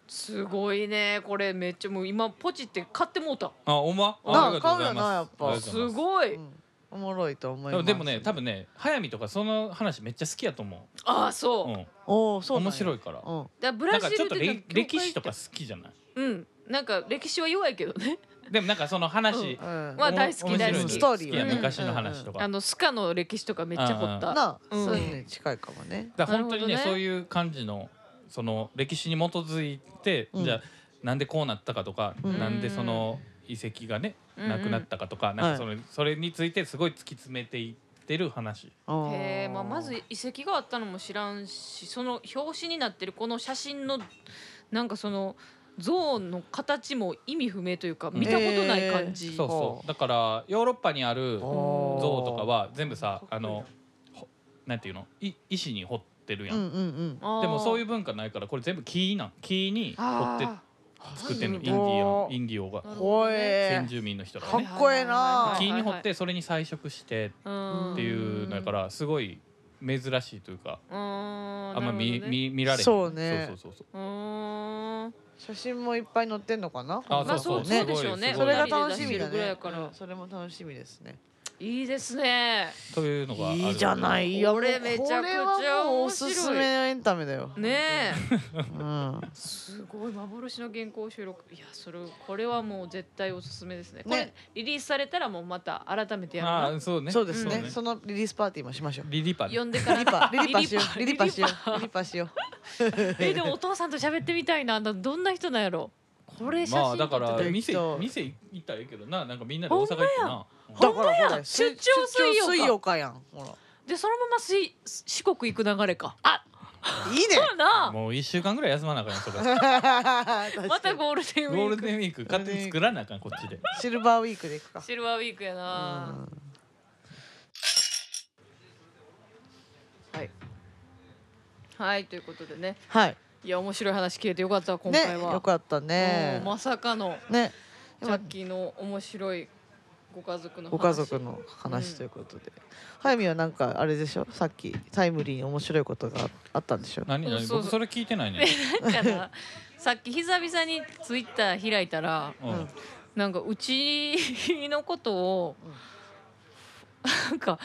すごいねこれめっちゃもう今ポチって買ってもうた。あおまなああありがとうござ買いますうよなやっぱすいごい。うんおもろいと思いでまもすでもね多分ね速水とかその話めっちゃ好きやと思ああそうう、。うん、おおそうなんや面白いからうんだからブなラんかジちょっルとで歴歴史とか好きじゃないうんなんか歴史は弱いけどねでもなんかその話、ううんまあおも大好き面白い大好きストーリーは好ねきや昔の話とか、あのスカの歴史とかめっちゃ掘ったなあうんそういうのに近いかもねだから本当にねなるほどねそういう感じのその歴史に基づいて、うんじゃあなんでこうなったかとか、うんなんでその遺跡がね、うんうんなくなったかとかなんかそれ,、それについてすごい突き詰めていってる話へえ、まあ、まず遺跡があったのも知らんしその表紙になってるこの写真のなんかその像の形も意味不明というかうん見たことない感じ、そうほそううだからヨーロッパにある像像とかは全部さあのほなんていうのい石に掘ってるやうんん、うんうんあーでもそういう文化ないからこれ全部木なん木に掘あってー作ってんのなインデるィほどアンインディオがなるほほどねえ先住民の人らかがっねこええなはい木はいはいに掘ってそれに彩色してうんっていうのやからすごい珍しいというかうんああんま見見見られへんそうねそうそうそううーん写真もいっぱい載ってんのかなあまあそそううそそううでしょうねすそごいれが楽しみお金で出してるだぐらいねやからうんそれも楽しみですねいいですねというのがあるいいじゃないいやこれめちゃくちゃこれはもうおすす面白めいのエンタメだよ、ねえうん、すごい幻の原稿収録いやそれこれはもう絶対おすすめですねこれねリリースされたらもうまた改めてやるあなあそうねそうですね,、そうそのリリースパーティーもしましょうリリパね読んでからリリパリリパしようリリリリパパしようリリパしよ えでもお父さんと喋ってみたいなどんな人なんやろこれ写まあ真撮だってた、からら撮って店た店行ったらいいけどななんかみんなで大阪行ってなうだからやほら出張水曜か出張水かやんほらでそのまま水四国行く流れかあいい ねそうやなもう一週間ぐらい休まなあかんよそれままたゴールデンウゴーィルーデンウィーク勝手に作らなあかんこっちでシルバーウィークでいくかクシルバーウィークやな、はいはいということでねはいいや面白い話聞けてよかったわ今回ねは、よかったうねんまさかのねチャッキーの面白いご家族の話ご家族の話ということで早見はなんかあれでしょさっきタイムリーに面白いことがあったんでしょ 何うん何そう僕それ聞いてないねなんかなさっき久々にツイッター開いたらうんうんなんかうちのことをなんか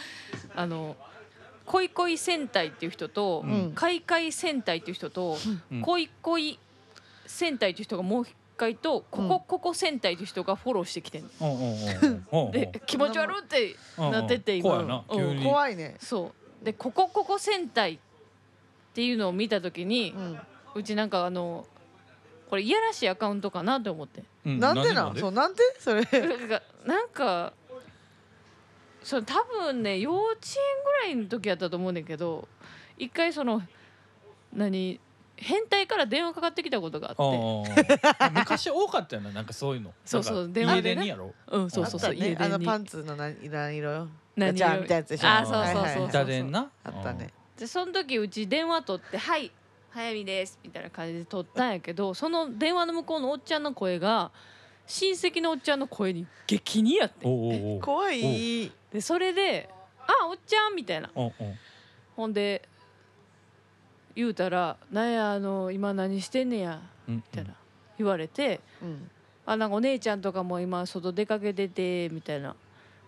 あの「恋恋戦隊」っていう人とううん「海海戦隊」っていう人と「うん恋恋戦隊」っていう人がもう一回と「こうんこここ戦隊」っていう人がフォローしてきてんうんうんうんうんう んで気持ち悪ってうんうんなってて怖いな今うん急に怖いねそうで「ここここ戦隊」っていうのを見た時にうんうちなんかあのこれいやらしいアカウントかなと思ってうんなんでな何んそうなんでそれなんかなんかそう多分ね幼稚園ぐらいの時やったと思うねんけど一回その何変態から電話かかってきたことがあっうんてうんうん 昔多かったよななんかそういうのそうそうなんか電話家でね電にやろうんそうそうそう、あったね家あ電のにパンツの何何色よ何色ガチャンみたいなやつでしょあそうそうそうはいはいはいそう家電なあったねでその時うち電話取って「はい早見です」みたいな感じで取ったんやけどその電話の向こうのおっちゃんの声が親戚のおっちゃんの声に激似やってうんんおうおうおう怖いでそれで「あおっちゃん」みたいなうんうんほんで言うたら「なんやあの今何してんねや」うんみたいな言われてうん「あなんかお姉ちゃんとかも今外出かけてて」みたいな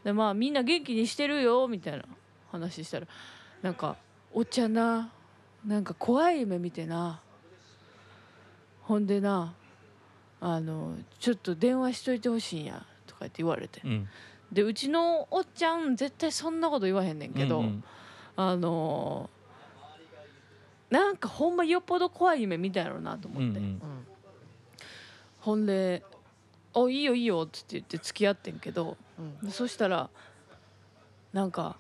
でまあみんな元気にしてるよみたいな話したらなんか「おっちゃんななんか怖い夢見てなほんでなあのちょっと電話しといてほしいんや」とかって言われてうんでうちのおっちゃん絶対そんなこと言わへんねんけど。うんうんあのーなんかほんまよっぽど怖い夢見たやろうなと思って、うんうんほんで「おいいよいいよ」っつって言って付き合ってんけどうんでそしたらなんか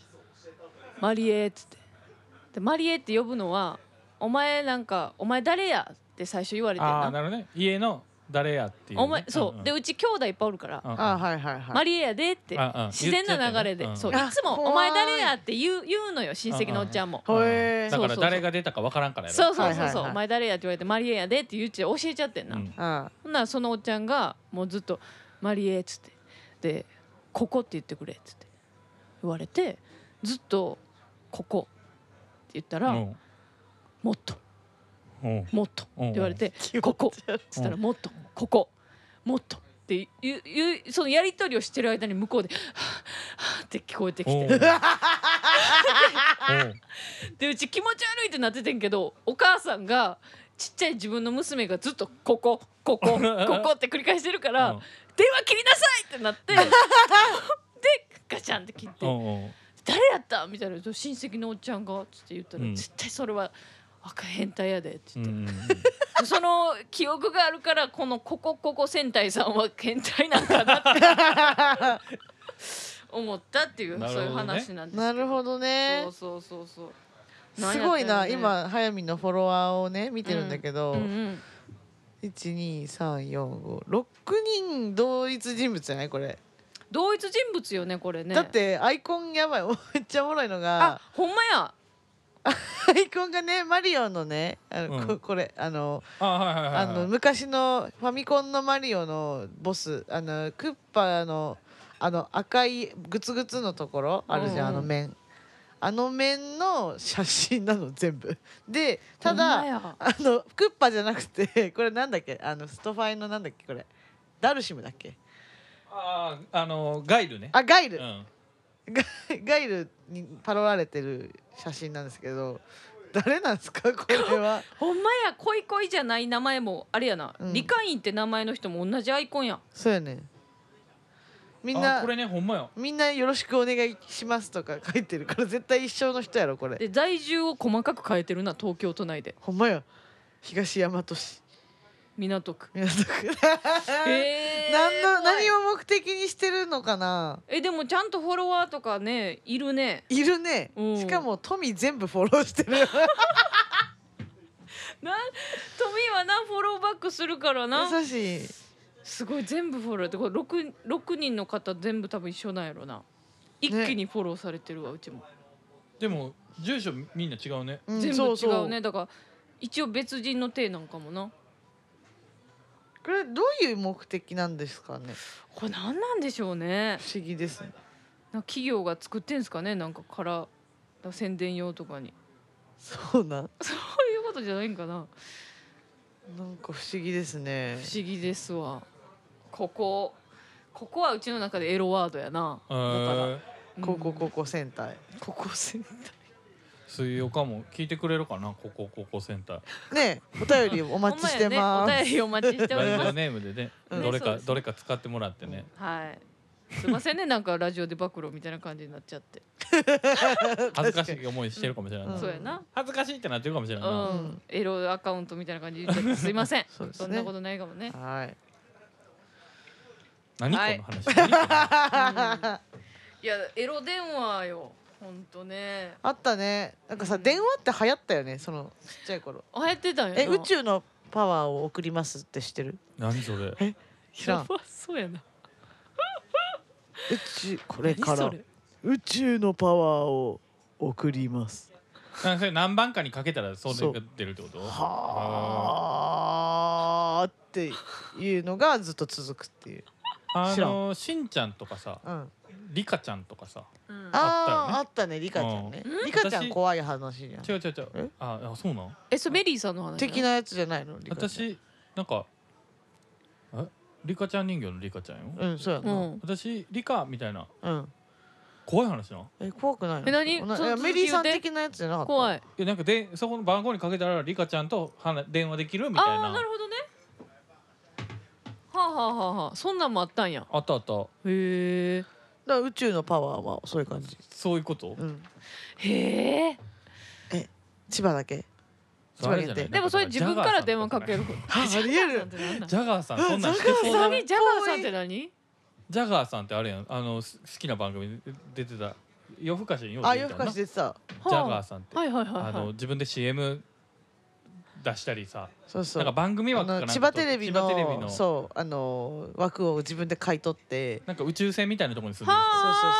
「マリエ」っつってで「マリエ」って呼ぶのは「お前なんかお前誰や?」って最初言われてんああななるほどね家の誰やっていうねお前そう、でうち兄弟いっぱいおるから「ああはいはいはいマリエやで」ってああ自然な流れで、言っちそゃうっいたよねつもあ「お前誰や?」って言う言うのよ親戚のおっちゃんも。へーだそうそかうらそう誰が出たかわからんからやろそうそうはそういはいそう、はいお前誰やって言われてマリエやでって言うち教えちゃってんな、うんあほんならそのおっちゃんがもうずっと「マリエ」っつってで「ここ」って言ってくれっつって言われてずっと「ここ」って言ったら「うんもっとうんもっと」って言われて「ここ」っつったら「もっとここもっと」って言う言うそのやり取りをしてる間に向こうで「はぁはぁって聞こえてきおうてでうち気持ち悪いってなっててんけどお母さんがちっちゃい自分の娘がずっと「ここ ここここ」って繰り返してるから「 うん電話切りなさい!」ってなって でガチャンって切っておうおうおう「誰やった?」みたいな親戚のおっちゃんがつって言ったら「うん絶対それは赤変態やで」って言うって、んでその記憶があるからこの「ここここ戦隊さんは変態なんかな」って思ったっていう、 なるほそうどねいう話なんですけ なるほどねそうそうそうそうすごいな、んやったんやろね今早見のフォロワーをね見てるんだけど、うんうん一二三四五六人同一人物じゃないこれ、同一人物よねこれねだってアイコンやばい めっちゃおもろいのあがほんまやアイコンがねマリオのねあの、うんここれあのあはいはいはいあはいの昔のファミコンのマリオのボスあのクッパのあの赤いグツグツのところあるじゃん、うんあの面あの面の写真なの全部 でたほんまだやあのクッ パじゃなくてこれなんだっけあのストファイのなんだっけこれダルシムだっけあああのガイルねあガイル、 うんガガイルにパロられてる写真なんですけど誰なんですかこれはほんまや恋恋じゃない名前もあれやな、うん理科院って名前の人も同じアイコンやん そうよねみんあなこれねほんまよみんなよろしくお願いしますとか書いてるから絶対一生の人やろこれで在住を細かく変えてるな東京都内でほんまよ東大和市 港区港区えー何怖のい何を目的にしてるのかなえでもちゃんとフォロワーとかねいるねいるねうんしかも富全部フォローしてるな富はなフォローバックするから な優しいすごい全部フォローやってこれ 6, 6人の方全部多分一緒なんやろな一気にフォローされてるわうちも、でも住所みんな違うねうん全部違うねそそだから一応別人の体なんかもなこれどういう目的なんですかねこれ何なんでしょうね不思議ですねなんか企業が作ってんすかねなんかから宣伝用とかに そうなんそういうことじゃないんかななんか不思議ですね不思議ですわここここはうちの中でエロワードやなえだからー高校うん高校戦隊ここ戦隊水曜かも聞いてくれるかなここここセンターねお便りお待ちしてほんまやねおす便りお待ちしておりラジまオ すネームでねうんどれそうかですどれか使ってもらってねはいすいませんねなんかラジオで暴露みたいな感じになっちゃって恥ずかしい思いしてるかもしれないなうんそうやな恥ずかしいってなってるかもしれうないなんエロアカウントみたいな感じで言っちゃってすいませんそうですねそんなことないかもねはい何はこいの話何この話いやエロ電話よほんとねあったねなんかさうん電話って流行ったよねそのちっちゃい頃あやってたんやなえ宇宙のパワーを送りますって知ってる何それ 知らやんばそうやな宇宙これか何そられ宇宙のパワーを送りますなそれ何番かにかけたらそうそう出るってことはあっていうのがずっと続くっていう、あ知らんのしんちゃんとかさうん、あリカちゃんとかさうんあああったねリカちゃんねうんリカちゃん私怖い話じゃん違う違う違えうああそうなんえそれメリーさんの話的なやつじゃないのリカちゃん私なんかえリカちゃん人形のリカちゃんよ、うんそうやうな、うんん私リカみたいな怖い話なえ怖くないのえ何そんなそのいやメリーさん続き言って的なやつじゃなかった怖いいえなんかでそこの番号にかけたらリカちゃんと話電話できるみたいああなーなるほどねはあはあはあはあそんなんもあったんやあったあったへえだから宇宙のパワーはそういう感じ、そういうことうん、へえ千葉だけそうあれじゃない千葉限定でもそれ自分から電話かけるる あありえるジャガーさんそんなんしてえそう何だねジャガーさんって何ジャガーさんってあれやんあのす好きな番組で出てた夜更かしにようあ出夜て更かたなしジ出てたャガーさんってはいはいはいあのはい自分で CM 出したりさそうそなんかう番組あ枠かなのんか千葉テレビの千葉テレビのそうあの枠を自分で買い取ってなんか宇宙船みたいなところに住んでるそうそうそう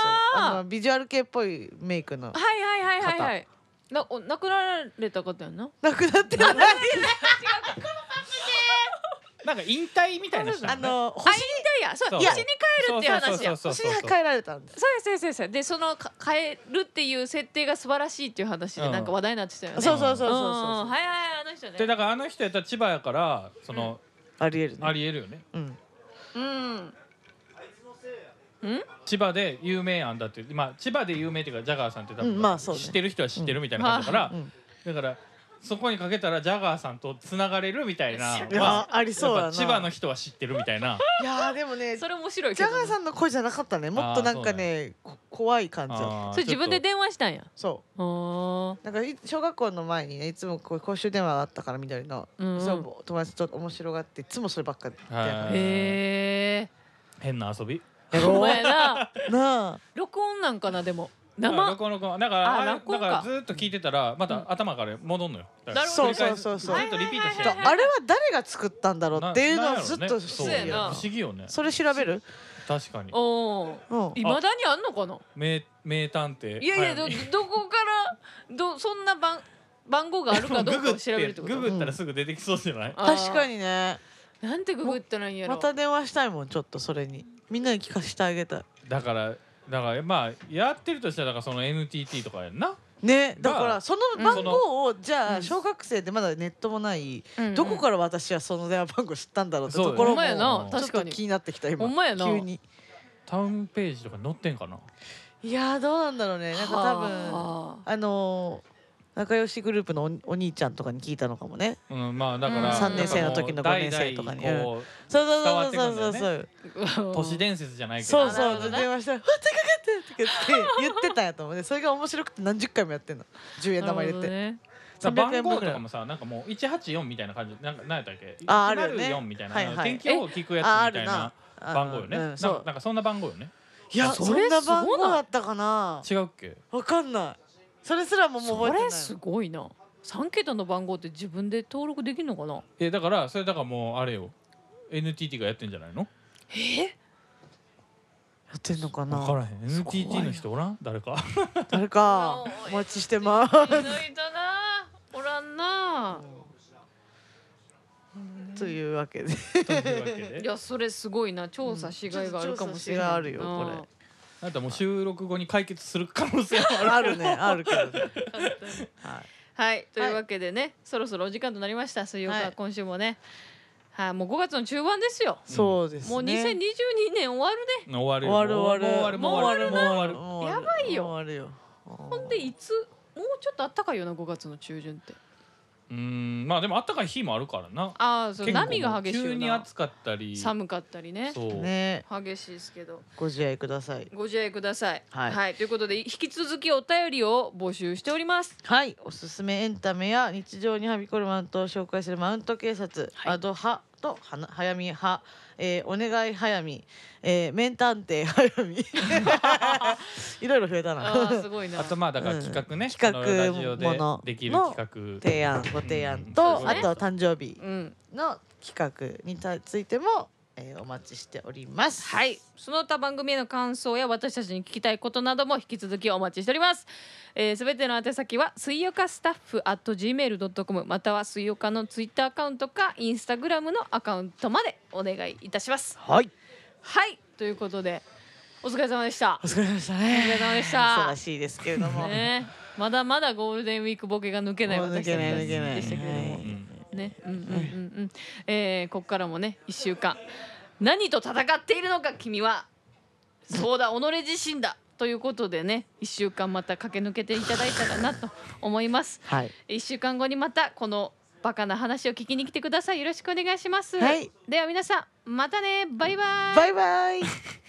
ああのビジュアル系っぽいメイクのはいはいはいはいはいなお亡くなられた方やんななくなってない人なんか引退みたいな人あなのねのあ引星に退やそうそう家に帰るっていう話やそそうう星そうそうにそう変えられたんですやそうやそうやそうやでそのか帰るっていう設定が素晴らしいっていう話でうんなんか話題になってたよねそうそうそうそううんそうはいはいはいあの人ねでだからあの人やったら千葉やからその、ありえるねありえるよねうんうん千葉で有名案だってまあ千葉で有名っていうかジャガーさんってう多分、んまあそうね知ってる人は知ってるみたいな感じだから、うんだからそこにかけたらジャガーさんとつながれるみたいなそういやまありそうだやっなぱ千葉の人は知ってるみたいないやでもねジそれ面白いけャどガーさねんの声じゃなかったねもっとなんかねこ怖い感じだったあーそれ自分で電話したんやそあうなんかい小学校の前にねいつもこう公衆電話があったからみたいなうんそう友達と面白がっていつもそればっかりはいあへえ変な遊びお前ななあ録音なんかなでもあ生録音録音だからああれだ録音かからずっと聞いてたらまた頭から戻んのよだからなるほどね繰り返すそうそうそうそうずっとリピートしてるはいはいあれは誰が作ったんだろうっていうのはずっとそう不やな思議不よ思議よねそれ調べる確かにおおうんいまだにあんのかな名名探偵いやいやど早見どこからどそんな番番号があるかどうかを調べるってこグとグったらすぐ出てきそうじゃない、あー確かにねなんてググったらいいんやろまた電話したいもんちょっとそれにみんなに聞かせてあげたいだからだからまあやってるとしたらだからその NTT とかやんなねだがからその番号をじゃあ小学生でまだネットもないうんどこから私はその電話番号知ったんだろうってそうとこほんろもまやなちょっ確かとに気になってきた今ほんまやな急にタウンページとか載ってんかないやーどうなんだろうねなんか多分は ああのー仲良しグループのおお兄ちゃんとかに聞いたのかもねうんまあだから、うん三年生の時のなんかもう五年生とかに代々こそうそう伝わそっうてくそんうだそようねそうう都市伝説じゃないけそどうなるそほうどね電話したら「わ手かかって!」とか言って言ってたんやと思うねそれが面白くて何十回もやってんの10円なるほ玉入れどて、ねさ300番円分号ぐとらいかもさなんかもう184みたいな感じなんか何やったっけああるよね104みたいな、はいはい天気予報聞くやつああみたるいなな番号よね、うんなんそかうなんかそんな番号よねいやそそれんなすごない番号だったかな違うっけわかんないそれすらももうそ覚えてないれすごいな3桁の番号って自分で登録できるのかなえだからそれだからもうあれよ NTT がやってんじゃないのえー、やってんのか分かならへんすごいな NTT の人おらん誰か誰かおおい待ちしてまいすないだなおらんなというわけでというわけでいやそれすごいな調査しがいがあるかもしれない、うんちょっと調査しがいあるよこれあんたもう収録後に解決する可能性もあるあるねあるけどねれはいはいというわけでね、そろそろお時間となりました水曜日、はい今週もねはいもう5月の中盤ですよそうですねもう2022年終わるね終わる終よわる終わるもう終わるもう終わるもう終わるもうやばいよ終わるよほほんでいつもうちょっとあったかいよな5月の中旬ってうーんまあでもあったかい日もあるからなああそう結構波が激しい急よにな暑かったり寒かったりねそうね激しいですけどご自愛くださいご自愛ください。は、はいいということで引き続きお便りを募集しており ます。はい、おすすめエンタメや日常にはびこるマウントを紹介するマウント警察、はいアド派とはな早見派、えー、お願い早見、えー、面探偵早見いろいろ増えたああなすごいな。あとまあだから企画ね、うん企画このラジオでものできる企画提案ご提案うんと、そうあですねとは誕生日うん。の企画についても、えー、お待ちしておりますはい。その他番組への感想や私たちに聞きたいことなども引き続きお待ちしております。えーす、べ、ての宛先は水曜かスタッフ at gmail ドットコムまたは水曜かのツイッターアカウントかインスタグラムのアカウントまでお願いいたします。はいはい。ということでお疲れ様でしたお。疲れ様でしたねお疲れ様でした忙しいですけれども、ね。まだまだゴールデンウィークボケが抜けないもう抜私けたちない抜けないでしたけれどもは。いうんね、うんうんうんうん、えー、ここからもね、一週間。何と戦っているのか、君は。そうだ、己自身だ。ということでね、一週間また駆け抜けていただいたらなと思います。はい一週間後にまた、このバカな話を聞きに来てください。よろしくお願いします。はい、では、皆さん、またね、バイバイ。バイバイ